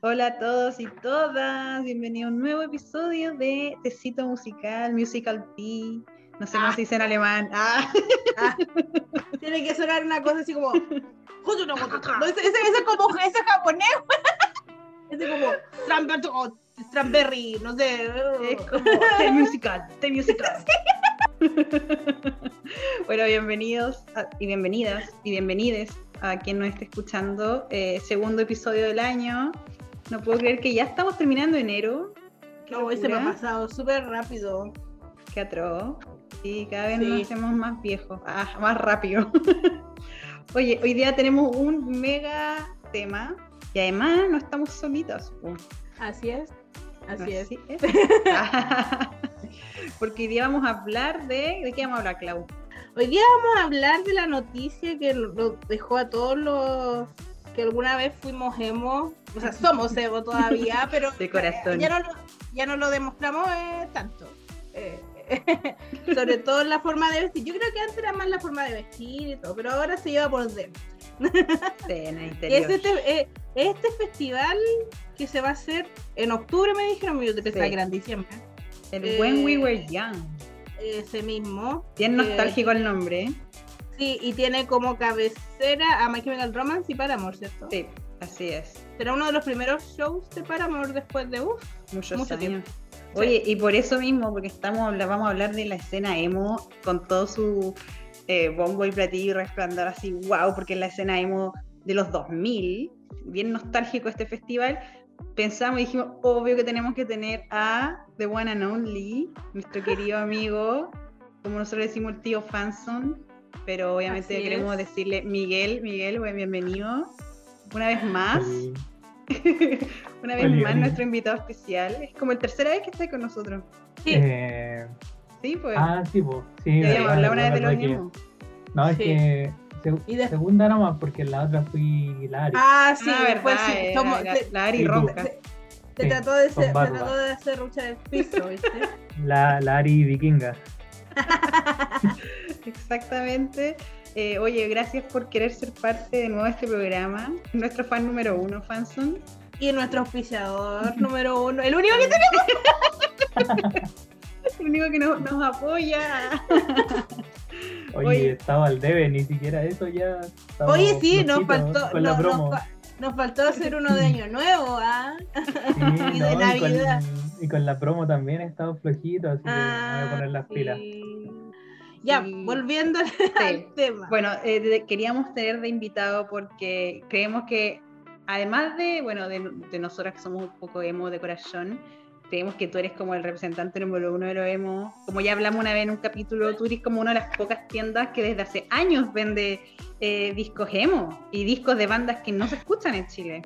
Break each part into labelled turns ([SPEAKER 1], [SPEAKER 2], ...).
[SPEAKER 1] Hola a todos y todas, bienvenido a un nuevo episodio de Tecito Musical, Musical Tea. No sé cómo
[SPEAKER 2] Ah.
[SPEAKER 1] se dice en alemán. Ah,
[SPEAKER 2] Tiene que sonar una cosa así como. "Justo no, justo no". Ese, ese, ese como ese japonés. Ese como tramper- o tramperri, no sé.
[SPEAKER 1] es como The Musical, The Musical. bueno, bienvenidos a- y bienvenidas y bienvenides a quien nos esté escuchando. eh, segundo episodio del año. No puedo creer que ya estamos terminando enero.
[SPEAKER 2] No, ese me ha pasado súper rápido.
[SPEAKER 1] Qué atroz. Sí, cada vez
[SPEAKER 2] Sí.
[SPEAKER 1] nos hacemos más viejos, ah, más rápido. Oye, hoy día tenemos un mega tema y además no estamos solitos. po.
[SPEAKER 2] Así es. Así es.
[SPEAKER 1] es. Porque hoy día vamos a hablar de. ¿De qué vamos a hablar, Clau?
[SPEAKER 2] Hoy día vamos a hablar de la noticia que nos dejó a todos los que alguna vez fuimos emo. O sea, somos emo todavía, pero
[SPEAKER 1] De corazón.
[SPEAKER 2] ya no lo, ya no lo demostramos eh, tanto. Eh, sobre todo en la forma de vestir. Yo creo que antes era más la forma de vestir y todo, pero ahora se lleva por dentro.
[SPEAKER 1] Cena
[SPEAKER 2] Y Es
[SPEAKER 1] interior.
[SPEAKER 2] este, eh, este festival que se va a hacer en octubre, me dijeron, yo pensaba
[SPEAKER 1] Sí.
[SPEAKER 2] que era en diciembre.
[SPEAKER 1] El
[SPEAKER 2] eh,
[SPEAKER 1] When We Were Young.
[SPEAKER 2] Ese mismo.
[SPEAKER 1] Bien
[SPEAKER 2] eh,
[SPEAKER 1] nostálgico el nombre. ¿eh?
[SPEAKER 2] Sí, y tiene como cabecera a My Chemical Romance y Paramore, ¿cierto?
[SPEAKER 1] Sí, así es.
[SPEAKER 2] Será uno de los primeros shows de Paramore después de Uf.
[SPEAKER 1] Muchos
[SPEAKER 2] Mucho
[SPEAKER 1] años.
[SPEAKER 2] tiempo.
[SPEAKER 1] Oye, y por eso mismo, porque estamos habla- vamos a hablar de la escena emo con todo su eh, bombo y platillo y resplandor así, wow, porque es la escena emo de los 2000, bien nostálgico este festival. Pensamos y dijimos, obvio que tenemos que tener a The One and Only, nuestro querido amigo, como nosotros le decimos el tío Fanson, pero obviamente
[SPEAKER 2] Así
[SPEAKER 1] queremos
[SPEAKER 2] es.
[SPEAKER 1] decirle Miguel, Miguel, buen bienvenido. Una vez
[SPEAKER 2] Ah,
[SPEAKER 1] más.
[SPEAKER 3] Sí.
[SPEAKER 1] Una vez
[SPEAKER 3] Oli,
[SPEAKER 1] más,
[SPEAKER 3] Oli.
[SPEAKER 1] nuestro invitado especial. Es como la tercera vez que está con nosotros.
[SPEAKER 2] Sí.
[SPEAKER 3] Eh,
[SPEAKER 1] Sí, pues.
[SPEAKER 3] ah, sí, po. sí.
[SPEAKER 1] ya
[SPEAKER 3] verdad,
[SPEAKER 1] hemos hablado una vez de
[SPEAKER 3] verdad
[SPEAKER 1] los
[SPEAKER 3] que-
[SPEAKER 1] mismos.
[SPEAKER 3] No, es
[SPEAKER 2] Sí.
[SPEAKER 3] que se-
[SPEAKER 2] Y de-
[SPEAKER 3] segunda nomás, porque la otra fui Lari.
[SPEAKER 2] Ah, sí,
[SPEAKER 1] ah,
[SPEAKER 2] después
[SPEAKER 1] verdad,
[SPEAKER 2] sí,
[SPEAKER 1] eh,
[SPEAKER 2] somos-
[SPEAKER 1] la,
[SPEAKER 2] se-
[SPEAKER 1] la Ari
[SPEAKER 3] Sí, pues.
[SPEAKER 1] ronca.
[SPEAKER 2] se- se
[SPEAKER 3] Sí,
[SPEAKER 2] trató de
[SPEAKER 3] con
[SPEAKER 2] ser, se
[SPEAKER 3] barba.
[SPEAKER 2] trató de hacer rucha del piso, ¿viste?
[SPEAKER 3] La, la Ari vikinga.
[SPEAKER 1] Exactamente. Eh, oye, gracias por querer ser parte de nuevo de este programa. Nuestro fan número uno, Fanson.
[SPEAKER 2] Y nuestro auspiciador número uno, el único que tenemos.
[SPEAKER 1] El único que nos, nos apoya.
[SPEAKER 3] Oye,
[SPEAKER 1] Oye.
[SPEAKER 3] estaba al debe, ni siquiera eso ya. estaba
[SPEAKER 2] Oye, sí, nos
[SPEAKER 3] flojito
[SPEAKER 2] faltó,
[SPEAKER 3] Con
[SPEAKER 2] no-
[SPEAKER 3] la
[SPEAKER 2] nos,
[SPEAKER 3] promo.
[SPEAKER 2] fa- nos faltó hacer uno de año nuevo, ¿ah?
[SPEAKER 3] Sí,
[SPEAKER 2] y de
[SPEAKER 3] no, con-
[SPEAKER 2] Navidad.
[SPEAKER 3] y con la promo también he estado flojito, así que me voy a poner las
[SPEAKER 2] Ah, sí.
[SPEAKER 3] pilas.
[SPEAKER 2] Ya,
[SPEAKER 1] Sí.
[SPEAKER 2] volviendo
[SPEAKER 1] Sí.
[SPEAKER 2] al tema.
[SPEAKER 1] Bueno, eh, de- queríamos tener de invitado porque creemos que, además de, bueno, de, de nosotras que somos un poco emo de corazón, creemos que tú eres como el representante número uno de los emo. Como ya hablamos una vez en un capítulo, tú eres como una de las pocas tiendas que desde hace años vende eh, discos emo y discos de bandas que no se escuchan en Chile.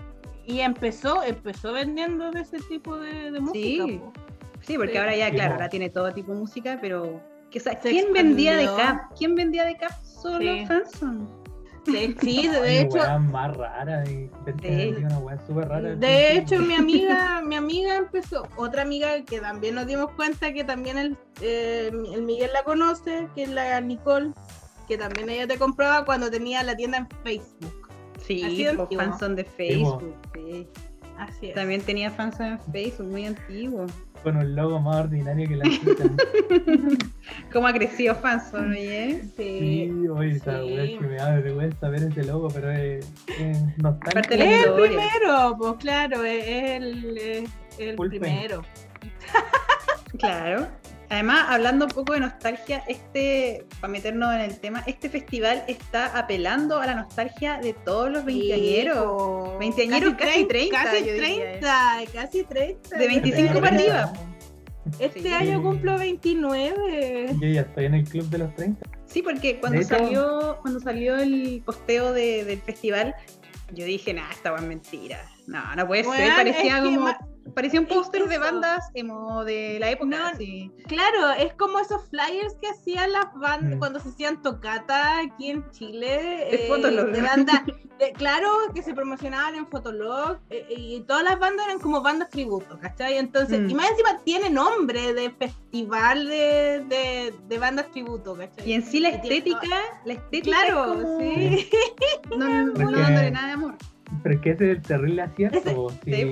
[SPEAKER 2] Y empezó, empezó vendiendo de ese tipo de, de música.
[SPEAKER 1] Sí.
[SPEAKER 2] po.
[SPEAKER 1] Sí, porque
[SPEAKER 2] Sí.
[SPEAKER 1] ahora ya,
[SPEAKER 3] Sí,
[SPEAKER 1] claro,
[SPEAKER 3] po.
[SPEAKER 1] ahora tiene todo tipo de música, pero... que sa-
[SPEAKER 2] Se
[SPEAKER 1] ¿Quién vendía de
[SPEAKER 2] expandió.
[SPEAKER 1] Cap? ¿Quién vendía de Cap? Solo
[SPEAKER 2] Sí.
[SPEAKER 1] Hanson.
[SPEAKER 2] Sí, sí, de
[SPEAKER 3] Oye,
[SPEAKER 2] hecho,
[SPEAKER 3] weá más rara. Y,
[SPEAKER 1] Sí.
[SPEAKER 3] una weá súper rara. al
[SPEAKER 2] De
[SPEAKER 3] principio.
[SPEAKER 2] hecho, mi amiga, mi amiga empezó, otra amiga que también nos dimos cuenta que también el, eh, el Miguel la conoce, que es la Nicole, que también ella te compraba cuando tenía la tienda en Facebook.
[SPEAKER 1] Sí,
[SPEAKER 2] Así de
[SPEAKER 1] po,
[SPEAKER 2] antiguo.
[SPEAKER 1] Hanson de
[SPEAKER 3] po.
[SPEAKER 1] Facebook. sí.
[SPEAKER 2] Así es.
[SPEAKER 1] También tenía fans en Facebook, muy antiguo.
[SPEAKER 3] Con un logo más ordinario que la chucha.
[SPEAKER 1] ¿Cómo ha crecido Fanson, oye?
[SPEAKER 2] Sí.
[SPEAKER 3] Sí, oye, esa
[SPEAKER 2] sí.
[SPEAKER 3] weá es que me da vergüenza ver ese logo, pero es, es
[SPEAKER 1] Aparte
[SPEAKER 3] nostálgico.
[SPEAKER 1] la
[SPEAKER 2] Es el
[SPEAKER 1] historia.
[SPEAKER 2] primero, pues claro, es el, es el
[SPEAKER 3] Full
[SPEAKER 2] primero.
[SPEAKER 1] Claro. Además, hablando un poco de nostalgia, este, para meternos en el tema, este festival está apelando a la nostalgia de todos los veinteañeros.
[SPEAKER 2] po.
[SPEAKER 1] Veinteañeros, casi treinta,
[SPEAKER 2] Casi
[SPEAKER 1] yo diría. eh.
[SPEAKER 2] 30, casi 30.
[SPEAKER 1] De 25 para arriba.
[SPEAKER 2] Este
[SPEAKER 1] Sí.
[SPEAKER 2] año cumplo 29.
[SPEAKER 3] Yo ya estoy en el club de los 30.
[SPEAKER 1] Sí, porque cuando
[SPEAKER 3] De hecho-
[SPEAKER 1] salió, cuando salió el posteo de- del festival, yo dije, nah, esta es mentira. No, no puede ser.
[SPEAKER 2] Weón,
[SPEAKER 1] Parecía
[SPEAKER 2] es que
[SPEAKER 1] como.
[SPEAKER 2] ma-
[SPEAKER 1] Parecía un
[SPEAKER 2] es
[SPEAKER 1] póster de
[SPEAKER 2] eso.
[SPEAKER 1] bandas emo de la época.
[SPEAKER 2] No,
[SPEAKER 1] así.
[SPEAKER 2] Claro, es como esos flyers que hacían las bandas
[SPEAKER 3] Mm.
[SPEAKER 2] cuando se hacían tocata aquí en Chile. eh,
[SPEAKER 1] De Fotolog.
[SPEAKER 2] de banda- de- claro, que se promocionaban en Fotolog. eh, y todas las bandas eran como bandas tributo, ¿cachai? Entonces,
[SPEAKER 1] Mm.
[SPEAKER 2] y más encima tiene nombre de festival de, de- de bandas tributo, ¿cachai?
[SPEAKER 1] Y en sí la
[SPEAKER 2] Y tiene
[SPEAKER 1] estética, la estética
[SPEAKER 2] Claro,
[SPEAKER 1] es como-
[SPEAKER 2] sí.
[SPEAKER 1] no, no, no
[SPEAKER 3] Porque-
[SPEAKER 1] dándole nada de amor.
[SPEAKER 3] Pero es que ese es el terrible
[SPEAKER 2] Ese-
[SPEAKER 3] acierto. po,
[SPEAKER 1] sí,
[SPEAKER 3] sí.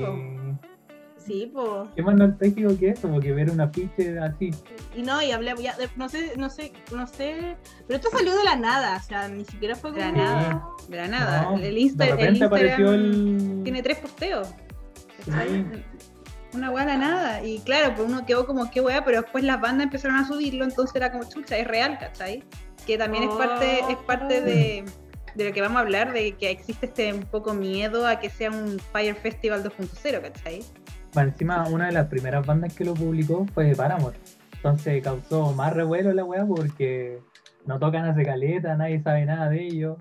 [SPEAKER 2] Sí, pues.
[SPEAKER 3] ¿Qué más nostálgico que eso? Porque ver una piche así.
[SPEAKER 2] Y no, y hablé, ya, de- no sé, no sé, no sé. Pero esto salió de la nada, o sea, ni siquiera fue
[SPEAKER 1] De
[SPEAKER 2] como.
[SPEAKER 1] la
[SPEAKER 3] nada.
[SPEAKER 1] De la nada.
[SPEAKER 3] No,
[SPEAKER 1] el,
[SPEAKER 3] De
[SPEAKER 1] Insta- el
[SPEAKER 3] repente apareció
[SPEAKER 1] Instagram
[SPEAKER 3] el.
[SPEAKER 1] tiene tres posteos.
[SPEAKER 3] Sí.
[SPEAKER 1] ¿cachai? Una weá de la nada. Y claro, pues uno quedó como qué weá, pero después las bandas empezaron a subirlo, entonces era como chucha, es real, ¿cachai? Que también es
[SPEAKER 2] Oh.
[SPEAKER 1] parte, es parte de, de lo que vamos a hablar, de que existe este un poco miedo a que sea un Fire Festival 2.0, ¿cachai?
[SPEAKER 3] Más encima, una de las primeras bandas que lo publicó fue Paramore. Entonces causó más revuelo la weá porque no tocan hace caleta, nadie sabe nada de ellos.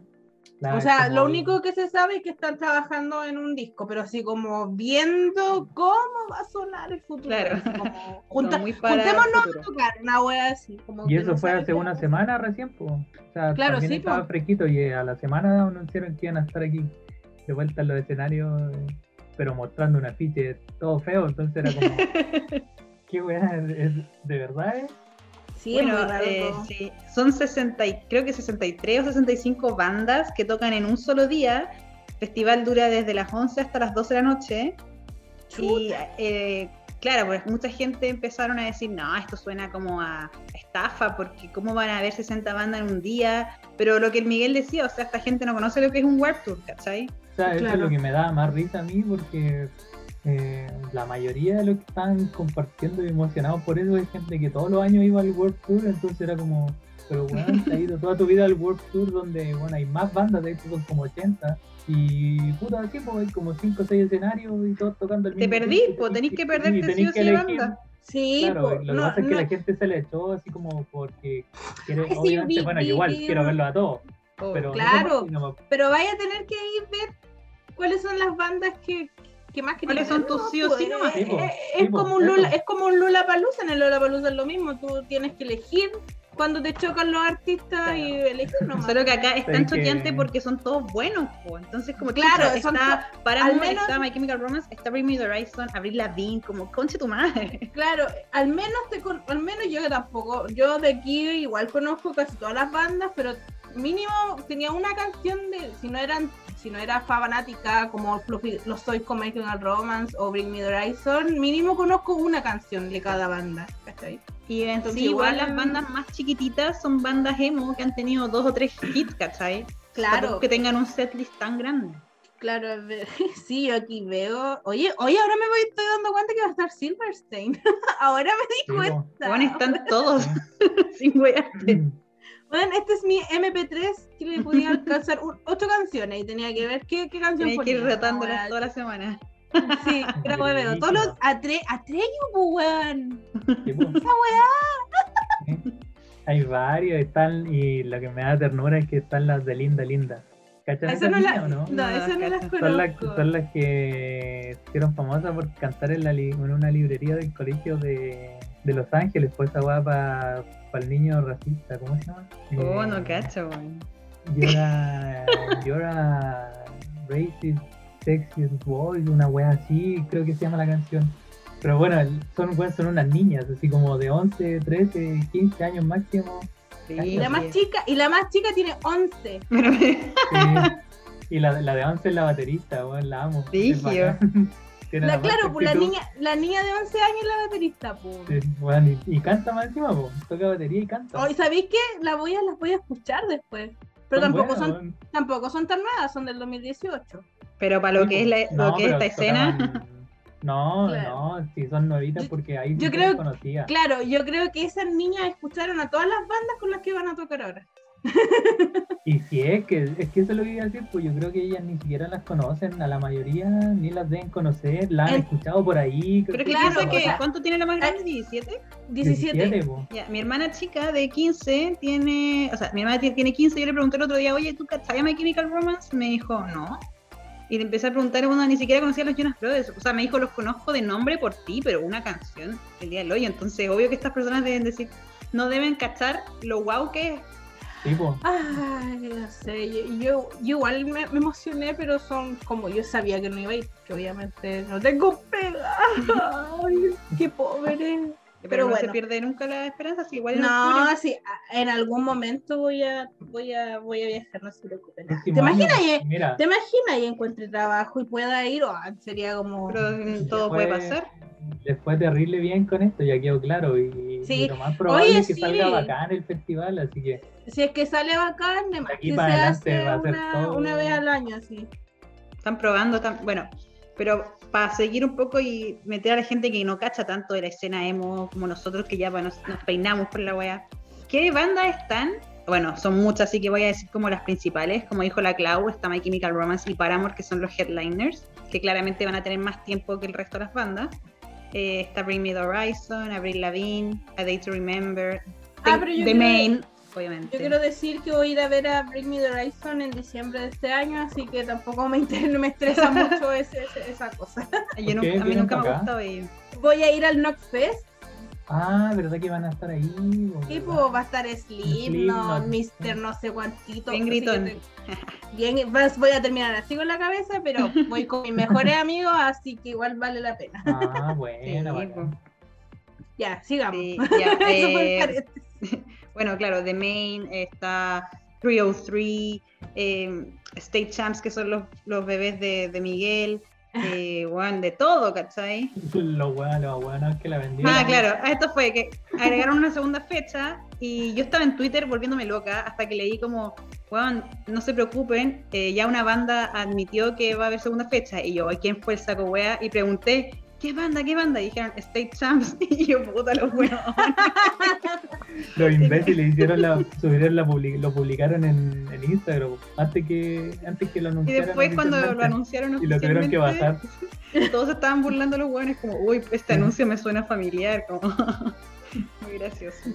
[SPEAKER 3] La-
[SPEAKER 2] O sea,
[SPEAKER 3] como
[SPEAKER 2] lo
[SPEAKER 3] el-
[SPEAKER 2] único que se sabe es que están trabajando en un disco, pero así como viendo cómo va a sonar el futuro.
[SPEAKER 1] Claro.
[SPEAKER 2] así como
[SPEAKER 1] Como
[SPEAKER 2] junta-
[SPEAKER 1] muy para el
[SPEAKER 2] juntémonos
[SPEAKER 1] futuro.
[SPEAKER 2] a tocar una wea así. Como
[SPEAKER 3] Y
[SPEAKER 2] que
[SPEAKER 3] eso
[SPEAKER 2] no
[SPEAKER 3] fue
[SPEAKER 2] saben
[SPEAKER 3] hace
[SPEAKER 2] qué
[SPEAKER 3] una
[SPEAKER 2] hacer.
[SPEAKER 3] semana recién, po. O sea,
[SPEAKER 2] Claro,
[SPEAKER 3] también
[SPEAKER 2] sí,
[SPEAKER 3] estaba
[SPEAKER 2] po.
[SPEAKER 3] fresquito y eh, a la semana anunciaron que iban a estar aquí de vuelta en los escenarios, eh, pero mostrando un afiche todo feo, entonces era como, qué weá, es, es- ¿de verdad eh?" es?
[SPEAKER 2] Sí, es muy
[SPEAKER 1] Bueno,
[SPEAKER 2] raro
[SPEAKER 1] eh,
[SPEAKER 2] todo.
[SPEAKER 1] sí, son 60, y- creo que 63 o 65 bandas que tocan en un solo día. El festival dura desde las 11 hasta las 12 de la noche. Y eh, claro, pues mucha gente empezaron a decir, no, esto suena como a estafa, porque cómo van a haber 60 bandas en un día. Pero lo que el Miguel decía, o sea, esta gente no conoce lo que es un Warped Tour, ¿cachai?
[SPEAKER 3] O sea, eso es
[SPEAKER 2] Claro.
[SPEAKER 3] lo que me da más risa a mí porque eh, la mayoría de los que estaban compartiendo y emocionados por eso es gente que todos los años iba al World Tour, entonces era como, pero weón, te has ido toda tu vida al World Tour donde, bueno, hay más bandas, de hecho son como 80, y puta, sí, pues hay como 5 o 6 escenarios y todos tocando el
[SPEAKER 1] Te
[SPEAKER 3] mismo
[SPEAKER 1] perdís,
[SPEAKER 3] tiempo,
[SPEAKER 1] pues, tenés que perderte
[SPEAKER 3] y
[SPEAKER 1] sí
[SPEAKER 3] tenés
[SPEAKER 1] o
[SPEAKER 3] que
[SPEAKER 1] sí de
[SPEAKER 3] elegir.
[SPEAKER 1] banda.
[SPEAKER 2] Sí,
[SPEAKER 3] Claro, eh,
[SPEAKER 2] po,
[SPEAKER 3] lo que
[SPEAKER 2] no,
[SPEAKER 3] pasa es que
[SPEAKER 2] no-
[SPEAKER 3] la gente se le echó así como porque quiere,
[SPEAKER 2] sí,
[SPEAKER 3] obviamente,
[SPEAKER 2] vi-
[SPEAKER 3] bueno,
[SPEAKER 2] vi-
[SPEAKER 3] yo igual
[SPEAKER 2] vi
[SPEAKER 3] quiero
[SPEAKER 2] un-
[SPEAKER 3] verlo a todos,
[SPEAKER 1] Oh,
[SPEAKER 3] pero... no sé
[SPEAKER 2] Claro.
[SPEAKER 3] por qué no me-
[SPEAKER 2] pero vaya a tener que ir ver cuáles son las bandas que, que más que
[SPEAKER 1] ¿Cuáles son tus sí o sí nomás?
[SPEAKER 2] es,
[SPEAKER 3] Sí, po,
[SPEAKER 2] es-
[SPEAKER 3] sí,
[SPEAKER 2] eh, es
[SPEAKER 3] po,
[SPEAKER 2] como un
[SPEAKER 3] eso.
[SPEAKER 2] Lula, es como un Lula Palusa, en el Lula Palusa es lo mismo, tú tienes que elegir cuando te chocan los artistas y elegir nomás.
[SPEAKER 1] Solo que acá es tan
[SPEAKER 3] que-
[SPEAKER 1] choqueante porque son todos buenos, po. entonces como
[SPEAKER 2] Claro,
[SPEAKER 1] chucha,
[SPEAKER 2] son
[SPEAKER 1] está
[SPEAKER 2] al
[SPEAKER 1] Paramore,
[SPEAKER 2] menos-
[SPEAKER 1] está My Chemical Romance, está Bring Me the Horizon, Avril Lavigne, como conche tu madre.
[SPEAKER 2] Claro, al menos te con- al menos yo tampoco, yo de aquí igual conozco casi todas las bandas, pero mínimo tenía una canción de si no eran si no era fanática como Fluffy- los Soy con My Chemical Romance o Bring Me the Horizon, mínimo conozco una canción de cada banda, ¿cachai?
[SPEAKER 1] Y en
[SPEAKER 2] Entonces,
[SPEAKER 1] sí, igual,
[SPEAKER 2] igual-
[SPEAKER 1] las bandas más chiquititas son bandas emo que han tenido dos o tres hits, ¿cachai?
[SPEAKER 2] Claro,
[SPEAKER 1] Tampoco Que tengan un setlist tan grande.
[SPEAKER 2] claro, a ver, sí, yo aquí veo, oye, oye, ahora me voy estoy dando cuenta que va a estar Silverstein. ahora
[SPEAKER 3] sí,
[SPEAKER 2] me di
[SPEAKER 3] po.
[SPEAKER 2] cuenta.
[SPEAKER 1] Bueno, están todos sin wearte.
[SPEAKER 2] Bueno, este es mi MP3 que le podía alcanzar un- ocho canciones y tenía que ver qué, qué canción
[SPEAKER 1] Tienes que ir
[SPEAKER 2] ponía.
[SPEAKER 1] rotándolas
[SPEAKER 2] Weón,
[SPEAKER 1] toda la semana.
[SPEAKER 2] Sí, era hueveo. Todos los atre, Atreyu, po, pues, weón.
[SPEAKER 3] Sí, po. Sí. Hay varios, están, y lo que me da ternura es que están las de Linda Linda. ¿Cachan
[SPEAKER 2] Esa
[SPEAKER 3] esas
[SPEAKER 2] no la,
[SPEAKER 3] niñas o
[SPEAKER 2] no,
[SPEAKER 3] no?
[SPEAKER 1] No,
[SPEAKER 2] esa no las
[SPEAKER 1] cacha.
[SPEAKER 2] conozco.
[SPEAKER 3] Son las, son las que se hicieron famosas por cantar en, la li- en una librería del colegio de, de Los Ángeles, fue esa guapa para el niño racista, ¿cómo se llama?
[SPEAKER 1] Oh,
[SPEAKER 3] Eh,
[SPEAKER 1] no cacho, weón.
[SPEAKER 3] You're a, you're a racist, sexist boy, una wea así, creo que se llama la canción. Pero bueno, el- son, weas- son unas niñas, así como de 11, 13, 15 años máximo.
[SPEAKER 2] Y la más chica, y la más chica tiene 11.
[SPEAKER 3] eh, y la, la de 11 es la baterista, weón, la amo. es
[SPEAKER 1] Brigio.
[SPEAKER 3] bacán. Tiene
[SPEAKER 2] La,
[SPEAKER 3] la
[SPEAKER 2] claro,
[SPEAKER 3] mejor
[SPEAKER 2] pues la
[SPEAKER 3] actitud.
[SPEAKER 2] niña, la niña de 11 años es la baterista, pues. po.
[SPEAKER 3] Sí, weón, y, y canta más encima, po, toca batería y canta.
[SPEAKER 2] Oh, ¿y ¿Sabéis qué? Las voy a, las voy a escuchar después. Pero
[SPEAKER 3] Son
[SPEAKER 2] tampoco
[SPEAKER 3] buenas,
[SPEAKER 2] son,
[SPEAKER 3] weón.
[SPEAKER 2] tampoco son tan nuevas, son del 2018.
[SPEAKER 1] Pero para lo
[SPEAKER 3] Sí,
[SPEAKER 1] que es, la-
[SPEAKER 3] po. No,
[SPEAKER 1] lo que es
[SPEAKER 3] pero
[SPEAKER 1] esta escena,
[SPEAKER 3] tocaban- No,
[SPEAKER 2] Claro.
[SPEAKER 3] no, sí son nuevitas
[SPEAKER 2] Yo-
[SPEAKER 3] porque ahí
[SPEAKER 2] yo
[SPEAKER 3] sí
[SPEAKER 2] creo-
[SPEAKER 3] las conocía.
[SPEAKER 2] Claro, yo creo que esas niñas escucharon a todas las bandas con las que van a tocar ahora.
[SPEAKER 3] Y si es que, es que eso es lo que iba a decir, pues yo creo que ellas ni siquiera las conocen, a la mayoría ni las deben conocer, las han
[SPEAKER 2] Eh,
[SPEAKER 3] escuchado por ahí.
[SPEAKER 1] pero
[SPEAKER 3] creo
[SPEAKER 1] que
[SPEAKER 2] claro,
[SPEAKER 1] piensa
[SPEAKER 2] o
[SPEAKER 1] que,
[SPEAKER 2] sea-
[SPEAKER 1] ¿cuánto tiene la más grande? ¿17?
[SPEAKER 2] 17.
[SPEAKER 3] 17, po.
[SPEAKER 1] Ya, mi hermana chica de 15 tiene, o sea, mi hermana tie- tiene 15, yo le pregunté el otro día, oye, ¿tú sabías My Chemical Romance? Me dijo, no. Y le empecé a preguntar, bueno, ni siquiera conocía a los Jonas Brothers. O sea, me dijo, los conozco de nombre por ti, pero una canción, el día del hoyo. Entonces, obvio que estas personas deben decir, no deben cachar lo guau que es.
[SPEAKER 3] Sí, po.
[SPEAKER 2] Ay, no sé, yo, yo, yo igual me, me emocioné, pero son como yo sabía que no iba a ir, que obviamente no tengo pega. Ay, qué pobre.
[SPEAKER 1] Pero,
[SPEAKER 2] Pero
[SPEAKER 1] no se
[SPEAKER 2] bueno.
[SPEAKER 1] pierde nunca la esperanza, si igual en
[SPEAKER 2] No,
[SPEAKER 1] octubre-
[SPEAKER 2] sí, a- en algún momento voy a, voy a, voy a viajar, no se preocupen. ¿Te
[SPEAKER 3] Próximo año,
[SPEAKER 2] imaginas? eh?
[SPEAKER 3] Mira,
[SPEAKER 2] ¿Te imaginas y encuentre trabajo y pueda ir? o sería como...
[SPEAKER 1] pero mm, todo puede
[SPEAKER 3] fue-
[SPEAKER 1] pasar.
[SPEAKER 3] Les fue terrible bien con esto, ya quedó claro. Y,
[SPEAKER 2] Sí.
[SPEAKER 3] y lo más probable
[SPEAKER 2] Oye,
[SPEAKER 3] es que
[SPEAKER 2] sí.
[SPEAKER 3] salga bacán el festival, así que
[SPEAKER 2] Si es que sale bacán, de más
[SPEAKER 3] aquí
[SPEAKER 2] que se
[SPEAKER 3] para adelante
[SPEAKER 2] hace
[SPEAKER 3] va a ser
[SPEAKER 2] una,
[SPEAKER 3] todo-
[SPEAKER 2] una vez al año, así.
[SPEAKER 1] Están probando, están, bueno, pero para seguir un poco y meter a la gente que no cacha tanto de la escena emo como nosotros que ya pa, nos, nos peinamos por la weá. ¿Qué bandas están? Bueno, son muchas, así que voy a decir como las principales. Como dijo la Clau, está My Chemical Romance y Paramore, que son los headliners, que claramente van a tener más tiempo que el resto de las bandas. Eh, está Bring Me the Horizon, Avril Lavigne, A Day to Remember,
[SPEAKER 2] Ah,
[SPEAKER 1] The,
[SPEAKER 2] pero yo
[SPEAKER 1] The
[SPEAKER 2] creo-
[SPEAKER 1] Main, obviamente.
[SPEAKER 2] Yo quiero decir que voy a ir a ver a Bring Me the Horizon en diciembre de este año, así que tampoco me, inter- me estresa mucho ese- ese- esa cosa.
[SPEAKER 1] Yo
[SPEAKER 3] ¿Por
[SPEAKER 1] nunca-
[SPEAKER 3] qué
[SPEAKER 1] a mí
[SPEAKER 3] vienen
[SPEAKER 1] nunca me ha
[SPEAKER 3] para acá?
[SPEAKER 1] gustado ellos.
[SPEAKER 2] Voy a ir al Knock Fest,
[SPEAKER 3] Ah, ¿verdad que van a estar ahí? ¿O
[SPEAKER 2] y pues,
[SPEAKER 3] verdad?
[SPEAKER 2] va a estar Slipknot,
[SPEAKER 3] Slipknot.
[SPEAKER 2] Mister no sé cuántito.
[SPEAKER 1] Bien
[SPEAKER 2] así que
[SPEAKER 1] gritón.
[SPEAKER 2] te- Bien, vas- voy a terminar así con la cabeza, pero voy con mis mejores amigos, así que igual vale la pena.
[SPEAKER 3] Ah, bueno,
[SPEAKER 1] Sí,
[SPEAKER 3] bacán.
[SPEAKER 2] Ya, sigamos.
[SPEAKER 1] Sí, ya,
[SPEAKER 2] Eso fue el
[SPEAKER 1] eh,
[SPEAKER 2] paréntesis.
[SPEAKER 1] Bueno, claro, The Main, está 303, eh, State Champs, que son los, los bebés de, de Miguel, eh, weón, de todo, ¿cachai?
[SPEAKER 3] Los hueones, los hueones que la vendieron.
[SPEAKER 1] pues. Ah, claro, a esto fue que agregaron una segunda fecha y yo estaba en Twitter volviéndome loca hasta que leí como, weón, no se preocupen, eh, ya una banda admitió que va a haber segunda fecha y yo, "Ay, ¿quién fue el saco wea? Y pregunté, ¿qué banda, qué banda? Y dijeron, State Champs, y yo, puta, los weón.
[SPEAKER 3] Los imbéciles hicieron la, subieron la publi- lo publicaron en, en Instagram antes que, antes que lo
[SPEAKER 1] Y
[SPEAKER 3] anunciaran.
[SPEAKER 1] después cuando lo
[SPEAKER 3] oficialmente.
[SPEAKER 1] anunciaron
[SPEAKER 3] Y lo tuvieron que
[SPEAKER 1] oficialmente,
[SPEAKER 3] bajar.
[SPEAKER 1] todos se estaban burlando los hueones como, uy, este anuncio me suena familiar, como muy gracioso.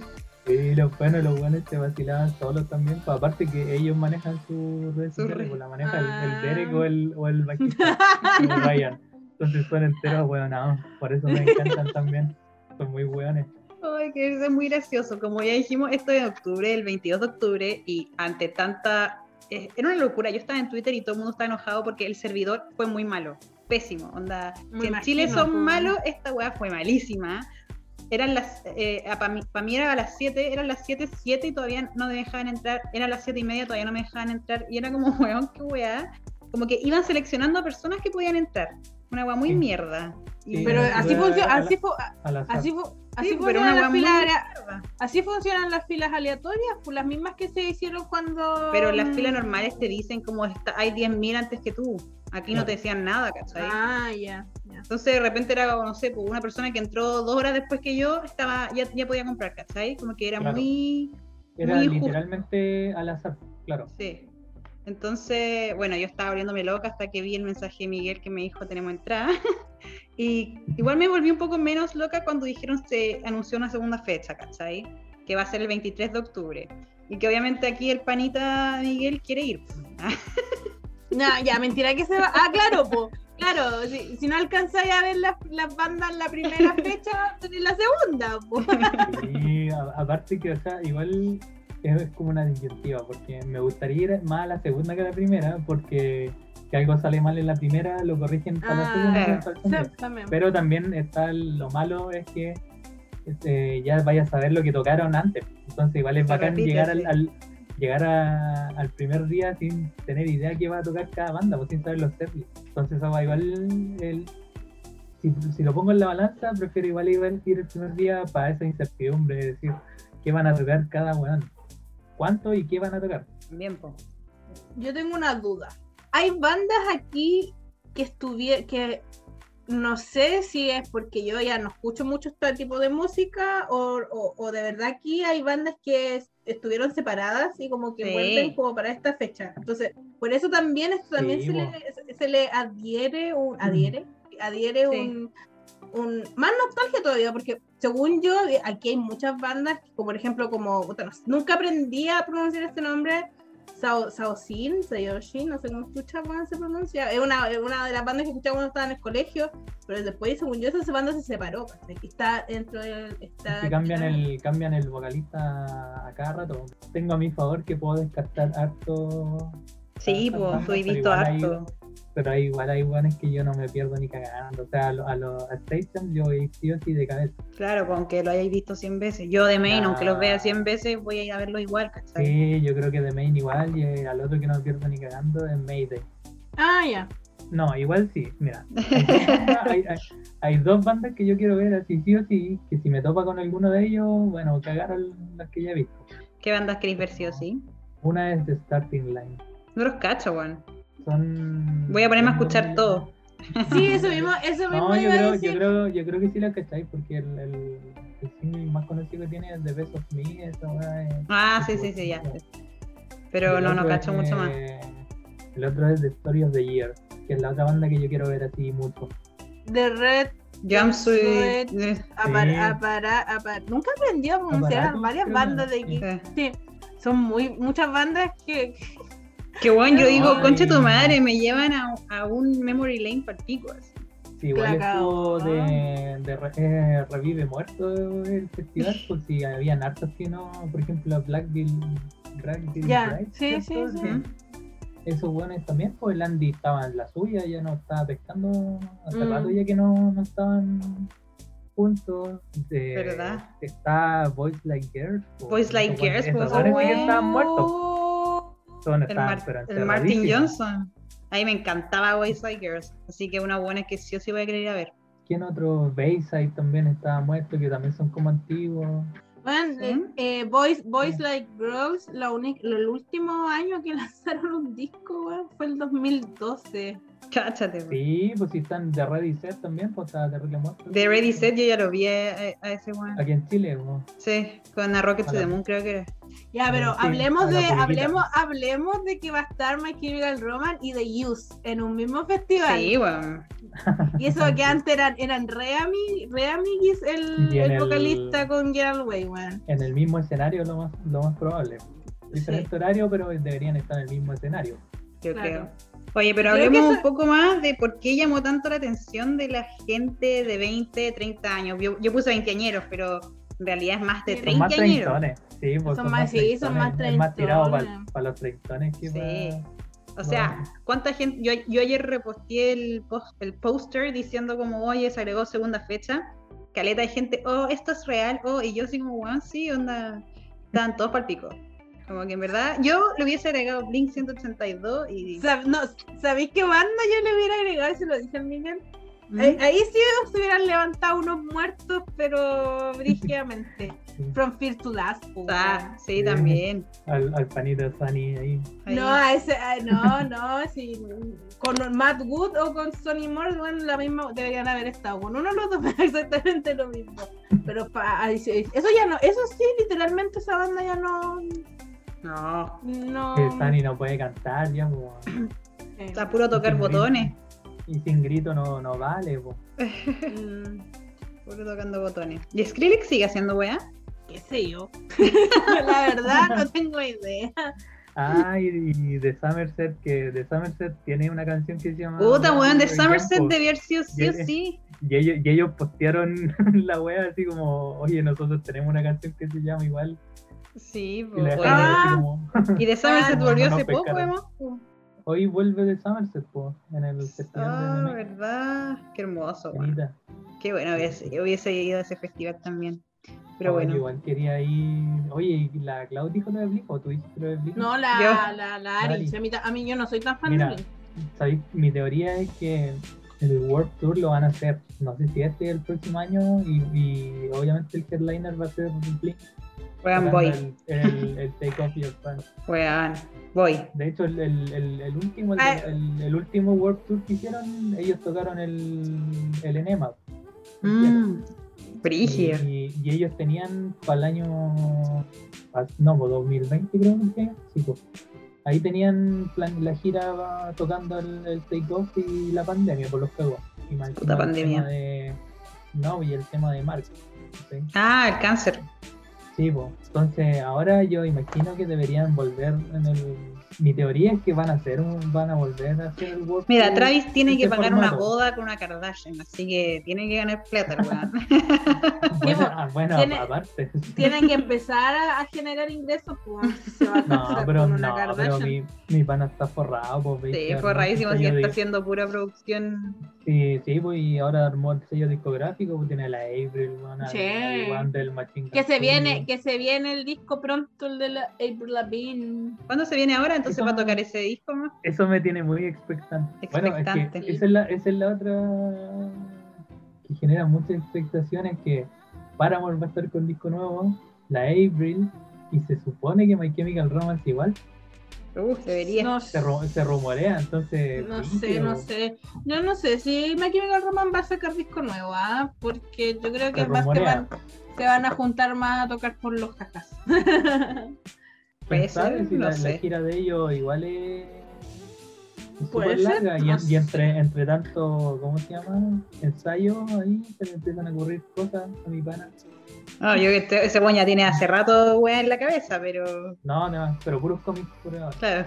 [SPEAKER 3] Sí, los buenos, los buenos se vacilaban solos también. pues, aparte que ellos manejan sus redes
[SPEAKER 1] Su
[SPEAKER 3] sociales,
[SPEAKER 1] red.
[SPEAKER 3] pues, la maneja el- el,
[SPEAKER 2] Ah.
[SPEAKER 3] Derek o el, o el bajista, el Ryan. Entonces son enteros hueonados. Por eso me encantan también. Son muy hueones.
[SPEAKER 1] Ay, que eso es muy gracioso. Como ya dijimos, esto es de octubre, el 22 de octubre, y ante tanta... eh, Era una locura, yo estaba en Twitter y todo el mundo estaba enojado porque el servidor fue muy malo, pésimo, onda.
[SPEAKER 2] Me
[SPEAKER 1] si en
[SPEAKER 2] imagino,
[SPEAKER 1] Chile
[SPEAKER 2] po.
[SPEAKER 1] son malos, esta weá fue malísima. Eran las, para mí, pa' mí era a las 7, eran las 7, 7 y todavía no me dejaban entrar, eran las 7 y media, todavía no me dejaban entrar, y era como, weón, qué weá. Como que iban seleccionando a personas que podían entrar. Una weá muy
[SPEAKER 3] Sí.
[SPEAKER 1] mierda. Y-
[SPEAKER 3] Sí,
[SPEAKER 2] Pero
[SPEAKER 3] no se
[SPEAKER 2] así
[SPEAKER 3] puede
[SPEAKER 2] funciona,
[SPEAKER 3] agarrar
[SPEAKER 2] así, fu-
[SPEAKER 3] Al azar.
[SPEAKER 2] así, fu- así
[SPEAKER 1] Sí, pero
[SPEAKER 2] funcionan
[SPEAKER 1] una
[SPEAKER 2] las
[SPEAKER 1] guamán.
[SPEAKER 2] filas, alea- así funcionan las filas aleatorias, pues, las mismas que se hicieron cuando.
[SPEAKER 1] Pero las filas normales te dicen como está, hay 10.000 antes que tú. Aquí no
[SPEAKER 3] Claro.
[SPEAKER 1] te decían nada, ¿cachai?
[SPEAKER 2] Ah, ya. ya.
[SPEAKER 1] Entonces de repente era, como, no sé, pues, una persona que entró dos horas después que yo estaba ya, ya podía comprar, ¿cachai? Como que era
[SPEAKER 3] Claro.
[SPEAKER 1] muy...
[SPEAKER 3] Era
[SPEAKER 1] muy justo.
[SPEAKER 3] literalmente al azar, claro.
[SPEAKER 1] Sí. Entonces, bueno, yo estaba abriéndome loca hasta que vi el mensaje de Miguel que me dijo tenemos entrada. y igual me volví un poco menos loca cuando dijeron se anunció una segunda fecha, ¿cachai? Que va a ser el 23 de octubre. Y que obviamente aquí el panita Miguel quiere ir. pues,
[SPEAKER 2] No, ya, mentira que se va. Ah, claro, po. Claro, si, si no alcanzáis a ver las, las bandas en la primera fecha, en la segunda, po.
[SPEAKER 3] Y a- aparte que, o sea, igual es, es como una disyuntiva, porque me gustaría ir más a la segunda que a la primera, porque si algo sale mal en la primera, lo corrigen para
[SPEAKER 2] Ah,
[SPEAKER 3] la segunda.
[SPEAKER 1] claro.
[SPEAKER 3] para el segundo.
[SPEAKER 2] Sí, también.
[SPEAKER 3] Pero también está el- lo malo es que este, ya vayas a saber lo que tocaron antes. Entonces igual es
[SPEAKER 1] Se
[SPEAKER 3] bacán
[SPEAKER 1] repite,
[SPEAKER 3] llegar al,
[SPEAKER 1] sí.
[SPEAKER 3] al- llegar a- al primer día sin tener idea qué va a tocar cada banda, pues sin saber los setlists. Entonces esa va igual el- si, si lo pongo en la balanza, prefiero igual ir, al- ir el primer día para esa incertidumbre, de decir qué van a tocar cada weón. ¿Cuánto y qué van a tocar?
[SPEAKER 1] Bien, po.
[SPEAKER 2] Yo tengo una duda. Hay bandas aquí que estuviera que no sé si es porque yo ya no escucho mucho este tipo de música o, o- o de verdad aquí hay bandas que es- estuvieron separadas y como que
[SPEAKER 1] Sí.
[SPEAKER 2] vuelven como para esta fecha. Entonces, por eso también esto también
[SPEAKER 3] Sí,
[SPEAKER 2] se,
[SPEAKER 3] bo.
[SPEAKER 2] le, se le adhiere un adhiere adhiere
[SPEAKER 1] Sí.
[SPEAKER 2] un un, más nostalgia todavía, porque según yo, eh, aquí hay muchas bandas, como por ejemplo, como, puta, no sé, nunca aprendí a pronunciar este nombre, Sao- Saosin, Sayoshin, no sé cómo escucha, cómo se pronuncia, es una, es una de las bandas que escuchaba cuando estaba en el colegio, pero después, según yo, esa banda se separó, ¿cachai? está dentro del... Está,
[SPEAKER 3] Que cambian el, cambian el vocalista a cada rato. Tengo a mi favor que puedo descartar harto
[SPEAKER 1] Sí,
[SPEAKER 3] Ah,
[SPEAKER 1] pues,
[SPEAKER 3] fantasma,
[SPEAKER 1] tú he
[SPEAKER 3] pero
[SPEAKER 1] visto
[SPEAKER 3] igual hay-
[SPEAKER 1] harto.
[SPEAKER 3] Pero hay, igual hay buenas que yo no me pierdo ni cagando. O sea, a los a lo, a Statham yo voy sí o sí de cabeza.
[SPEAKER 1] Claro, con que lo hayáis visto 100 veces. Yo de main,
[SPEAKER 3] Ah.
[SPEAKER 1] aunque los vea 100 veces, voy a ir a verlo igual, ¿cachai?
[SPEAKER 3] Sí, yo creo que de Main igual y eh, al otro que no me pierdo ni cagando es Mayday.
[SPEAKER 2] Ah, ya.
[SPEAKER 3] No, igual sí, mira. hay, hay- hay dos bandas que yo quiero ver así sí o sí, que si me topa con alguno de ellos, bueno, cagaron las que ya he visto.
[SPEAKER 1] ¿Qué bandas queréis ver sí o sí?
[SPEAKER 3] Una es The Starting Line.
[SPEAKER 1] No los cacho, weón.
[SPEAKER 3] Son...
[SPEAKER 1] Voy a ponerme a
[SPEAKER 3] son
[SPEAKER 1] escuchar
[SPEAKER 3] muy-
[SPEAKER 1] todo.
[SPEAKER 2] Sí, eso mismo, eso mismo
[SPEAKER 3] No, yo
[SPEAKER 2] iba a
[SPEAKER 3] creo,
[SPEAKER 2] decir.
[SPEAKER 3] yo, creo, yo creo que sí la cacháis porque el, el, el single más conocido que tiene es The Best of Me. Esa weá es-
[SPEAKER 1] Ah, sí, sí, sí, ya. Pero
[SPEAKER 3] El
[SPEAKER 1] no, no
[SPEAKER 3] otro
[SPEAKER 1] cacho
[SPEAKER 3] es,
[SPEAKER 1] mucho más.
[SPEAKER 3] eh, El otro es The Story of the Year, que es la otra banda que yo quiero ver así mucho.
[SPEAKER 2] The Red
[SPEAKER 1] Jumpsuit.
[SPEAKER 2] apar,
[SPEAKER 3] Sí.
[SPEAKER 2] apara, apar- Nunca aprendí a pronunciar
[SPEAKER 3] Aparatus,
[SPEAKER 2] varias
[SPEAKER 3] creo que
[SPEAKER 2] bandas
[SPEAKER 3] era,
[SPEAKER 2] de
[SPEAKER 3] sí.
[SPEAKER 2] aquí.
[SPEAKER 1] eh.
[SPEAKER 2] Sí, son muy muchas bandas que
[SPEAKER 1] Que bueno, yo digo,
[SPEAKER 3] Ay.
[SPEAKER 1] concha tu madre, me llevan a, a un memory lane particular. así.
[SPEAKER 3] Sí, igual
[SPEAKER 2] Placao.
[SPEAKER 3] estuvo de, de re- eh, Revive Muerto el festival, pues si habían hartos que no, por ejemplo, Blackville, Blackville
[SPEAKER 2] Ya, sí,
[SPEAKER 3] ¿cierto?
[SPEAKER 2] sí, sí.
[SPEAKER 1] ¿Mm?
[SPEAKER 3] Esos buenos también, pues el Andy estaba en la suya, ya no estaba pescando, hace
[SPEAKER 2] Mm.
[SPEAKER 3] rato ya que no, no estaban juntos. De-
[SPEAKER 1] ¿Verdad?
[SPEAKER 3] Está Voice Like Girls. pues,
[SPEAKER 1] Voice Like
[SPEAKER 3] esos buenos-
[SPEAKER 1] Girls, pues,
[SPEAKER 3] esos buenos
[SPEAKER 1] oh.
[SPEAKER 3] que ya estaban muertos. Son,
[SPEAKER 1] El,
[SPEAKER 3] estaban,
[SPEAKER 1] Mar-
[SPEAKER 3] pero
[SPEAKER 1] el Martin
[SPEAKER 3] encerradísimos.
[SPEAKER 1] Johnson. Ahí me encantaba Boys Like Girls. Así que una buena que sí o sí voy a querer ir a ver.
[SPEAKER 3] ¿Quién otro? Bayside también estaba muerto, que también son como antiguos.
[SPEAKER 2] Bueno,
[SPEAKER 1] Sí.
[SPEAKER 2] eh, eh, Boys, Boys
[SPEAKER 3] Sí.
[SPEAKER 2] Like Girls, la uni- el último año que lanzaron un disco weón, fue el 2012.
[SPEAKER 1] Cáchate. po.
[SPEAKER 3] Sí, pues si están de Ready Set también, pues está terrible muerto.
[SPEAKER 1] De Ready Set yo ya lo vi a, a ese weón.
[SPEAKER 3] Aquí en Chile, ¿no?
[SPEAKER 1] Sí, con A Rocket to
[SPEAKER 3] Hola.
[SPEAKER 1] the Moon creo que era.
[SPEAKER 2] Ya,
[SPEAKER 3] Ah,
[SPEAKER 2] pero
[SPEAKER 3] sí,
[SPEAKER 2] hablemos
[SPEAKER 3] a la
[SPEAKER 2] de
[SPEAKER 3] pulguita.
[SPEAKER 2] hablemos hablemos de que va a estar My Chemical Roman y The Use en un mismo festival.
[SPEAKER 1] Sí, weón.
[SPEAKER 2] Y eso que antes eran eran re, ami- re amiguis el,
[SPEAKER 3] Y en
[SPEAKER 2] el
[SPEAKER 3] el-
[SPEAKER 2] vocalista con Gerald Way, weón.
[SPEAKER 3] en el mismo escenario lo más, lo más probable. Diferente horario, pero deberían estar en el mismo escenario.
[SPEAKER 1] Yo
[SPEAKER 2] Claro.
[SPEAKER 1] creo. Oye, pero
[SPEAKER 2] Creo que
[SPEAKER 1] hablemos
[SPEAKER 2] eso-
[SPEAKER 1] un poco más de por qué llamó tanto la atención de la gente de 20, 30 años. Yo, yo puse veinteañeros, pero en realidad es más de
[SPEAKER 2] Son
[SPEAKER 3] Son más
[SPEAKER 1] treintañeros.
[SPEAKER 3] treintones. Sí, pues
[SPEAKER 2] Son más- sí, son más
[SPEAKER 3] Es más tirado para
[SPEAKER 2] treintones.
[SPEAKER 3] los treintones que
[SPEAKER 1] Sí.
[SPEAKER 3] pa-
[SPEAKER 1] O sea, ¿cuánta gente? Yo, yo ayer reposteé el, post, el póster diciendo como, oye, se agregó segunda fecha. Caleta de gente, oh, esto es real, oh, y yo así como, weón, sí, onda, estaban todos para pico. Como que en verdad, yo le hubiese agregado Blink 182 y...
[SPEAKER 2] Sab- no, ¿Sabéis qué banda yo le hubiera agregado y se lo dije al Miguel?
[SPEAKER 1] ¿Mm?
[SPEAKER 2] Ahí, ahí sí se hubieran levantado unos muertos, pero brígidamente.
[SPEAKER 3] Sí.
[SPEAKER 2] From Fear to Last. po,
[SPEAKER 1] Ah, sí,
[SPEAKER 3] Sí.
[SPEAKER 1] también.
[SPEAKER 3] al, al panito de Sunny ahí.
[SPEAKER 1] Ahí.
[SPEAKER 2] No, ah. a ese, a- no, no, si con Matt Wood o con Sonny Moore, bueno, la misma deberían haber estado. Con uno de los dos era exactamente lo mismo. Pero pa- ay, sí, eso ya no, eso sí, literalmente esa banda ya no,
[SPEAKER 1] No,
[SPEAKER 2] no.
[SPEAKER 3] Que Sunny no puede cantar ya, po.
[SPEAKER 2] eh,
[SPEAKER 1] está puro tocar
[SPEAKER 3] Sin grito.
[SPEAKER 1] botones.
[SPEAKER 3] Y sin grito no, no vale, pues. po.
[SPEAKER 2] mm,
[SPEAKER 1] Puro tocando botones. ¿Y Skrillex sigue haciendo weá?
[SPEAKER 2] qué sé yo. la verdad no tengo idea.
[SPEAKER 3] Ah, y, y de Somerset, que de Somerset tiene una canción que se llama.
[SPEAKER 1] Puta, weón, de
[SPEAKER 3] Rainbow,
[SPEAKER 1] Somerset
[SPEAKER 3] po.
[SPEAKER 1] debió haber sido sí o
[SPEAKER 3] Bien.
[SPEAKER 1] sí.
[SPEAKER 3] Ah, Y ellos, y ellos postearon la wea así como, oye, nosotros tenemos una canción que se llama igual.
[SPEAKER 1] Sí,
[SPEAKER 3] Y la
[SPEAKER 1] po,
[SPEAKER 3] dejaron
[SPEAKER 1] weón.
[SPEAKER 2] Ah.
[SPEAKER 3] así como,
[SPEAKER 1] Y de Somerset
[SPEAKER 2] Ah,
[SPEAKER 1] volvió
[SPEAKER 3] no
[SPEAKER 1] hace poco,
[SPEAKER 3] pescaron.
[SPEAKER 1] weón.
[SPEAKER 3] hoy vuelve de Somerset, po, en el festival
[SPEAKER 1] Ah,
[SPEAKER 3] de Meme.
[SPEAKER 1] verdad. Qué hermoso. weón.
[SPEAKER 3] Bonita.
[SPEAKER 1] Qué bueno, hubiese, hubiese ido a ese festival también. Pero
[SPEAKER 3] Oh, yo
[SPEAKER 1] bueno,
[SPEAKER 3] Igual quería ir. Oye, ¿y la Clau dijo lo de Blink o tú dijiste lo de Blink?
[SPEAKER 2] No, la,
[SPEAKER 1] Yo-
[SPEAKER 2] la, la Ari,
[SPEAKER 3] Ari.
[SPEAKER 2] si a mí, ta- a mí yo no soy tan fan
[SPEAKER 3] Mira,
[SPEAKER 2] de mí.
[SPEAKER 3] ¿Sabéis? Mi teoría es que el World Tour lo van a hacer. No sé si este el próximo año y, y obviamente el headliner va a ser Blink.
[SPEAKER 1] weón,
[SPEAKER 3] tocando
[SPEAKER 1] voy.
[SPEAKER 3] El, el, el Take Off Your Pants.
[SPEAKER 1] Weón, voy.
[SPEAKER 3] De hecho, el, el, el, el último, el,
[SPEAKER 2] Ah.
[SPEAKER 3] el- el último World Tour que hicieron, ellos tocaron el, el Enema.
[SPEAKER 1] Mm, brígido.
[SPEAKER 3] Y, y ellos tenían para el año, pa- no, por 2020 creo que fue, sí, po. ahí tenían plan- la gira va tocando el, el Take Off y la pandemia por los cagos. Y más
[SPEAKER 1] Puta
[SPEAKER 3] encima el
[SPEAKER 1] pandemia.
[SPEAKER 3] tema de- no, y el tema de Mark. ¿sí?
[SPEAKER 1] Ah, el cáncer.
[SPEAKER 3] Sí, po. entonces ahora yo imagino que deberían volver en el... Mi teoría es que van a hacer un- van a volver a hacer el World
[SPEAKER 1] Mira,
[SPEAKER 3] Tour.
[SPEAKER 1] Travis tiene
[SPEAKER 3] ese
[SPEAKER 1] que pagar una
[SPEAKER 3] formato.
[SPEAKER 1] boda con una Kardashian, así que tiene que ganar plata, el weón.
[SPEAKER 3] Bueno, ah, bueno
[SPEAKER 2] tiene-
[SPEAKER 3] aparte.
[SPEAKER 2] Tienen que empezar a, a generar ingresos, pues se va a
[SPEAKER 3] No,
[SPEAKER 2] casar
[SPEAKER 3] pero
[SPEAKER 2] con una
[SPEAKER 3] no, pero
[SPEAKER 2] Kardashian.
[SPEAKER 3] mi, mi pana está forrado, pues veis
[SPEAKER 1] Sí,
[SPEAKER 3] que
[SPEAKER 1] fue
[SPEAKER 3] armó
[SPEAKER 1] rarísimo
[SPEAKER 3] un
[SPEAKER 1] si
[SPEAKER 3] sello
[SPEAKER 1] está
[SPEAKER 3] di-
[SPEAKER 1] haciendo pura producción.
[SPEAKER 3] Sí, sí, pues y ahora armó el sello discográfico, pues tiene a la April, weón, al-
[SPEAKER 2] Sí.
[SPEAKER 3] al weón del Machine
[SPEAKER 2] Que se
[SPEAKER 3] Gun
[SPEAKER 2] viene,
[SPEAKER 3] Kelly.
[SPEAKER 2] que se viene el disco pronto, el de la April Lavigne.
[SPEAKER 1] ¿Cuándo se viene ahora? Entonces va a tocar ese disco más.
[SPEAKER 3] Eso me tiene muy expectante. Bueno, es
[SPEAKER 1] Expectante.
[SPEAKER 3] que esa es, la, esa es la otra que genera muchas expectaciones que Paramore va a estar con disco nuevo, la April, y se supone que My Chemical Romance igual
[SPEAKER 1] Uh, debería.
[SPEAKER 2] No,
[SPEAKER 3] se, ru- se rumorea, entonces...
[SPEAKER 2] no sé,
[SPEAKER 3] brígido.
[SPEAKER 2] no sé. No, no sé si My Chemical Romance va a sacar disco nuevo, ¿ah? porque yo creo que
[SPEAKER 3] Se
[SPEAKER 2] más se
[SPEAKER 3] rumorea.
[SPEAKER 2] van, se van a juntar más a tocar por los jajas.
[SPEAKER 1] Puede
[SPEAKER 3] ¿Quién sabe
[SPEAKER 1] ser,
[SPEAKER 3] si
[SPEAKER 1] no
[SPEAKER 3] la, la
[SPEAKER 1] sé.
[SPEAKER 3] gira de ellos igual es es
[SPEAKER 2] Puede
[SPEAKER 3] súper
[SPEAKER 2] ser, pues.
[SPEAKER 3] larga y,
[SPEAKER 2] no
[SPEAKER 3] en- y entre, entre tanto, ¿cómo se llama? Ensayo, ahí se le empiezan a ocurrir cosas a mi pana.
[SPEAKER 1] No, yo que este- ese weón ya tiene hace rato weá en la cabeza, pero.
[SPEAKER 3] No, no, pero puros cómics por ahora.
[SPEAKER 1] Claro.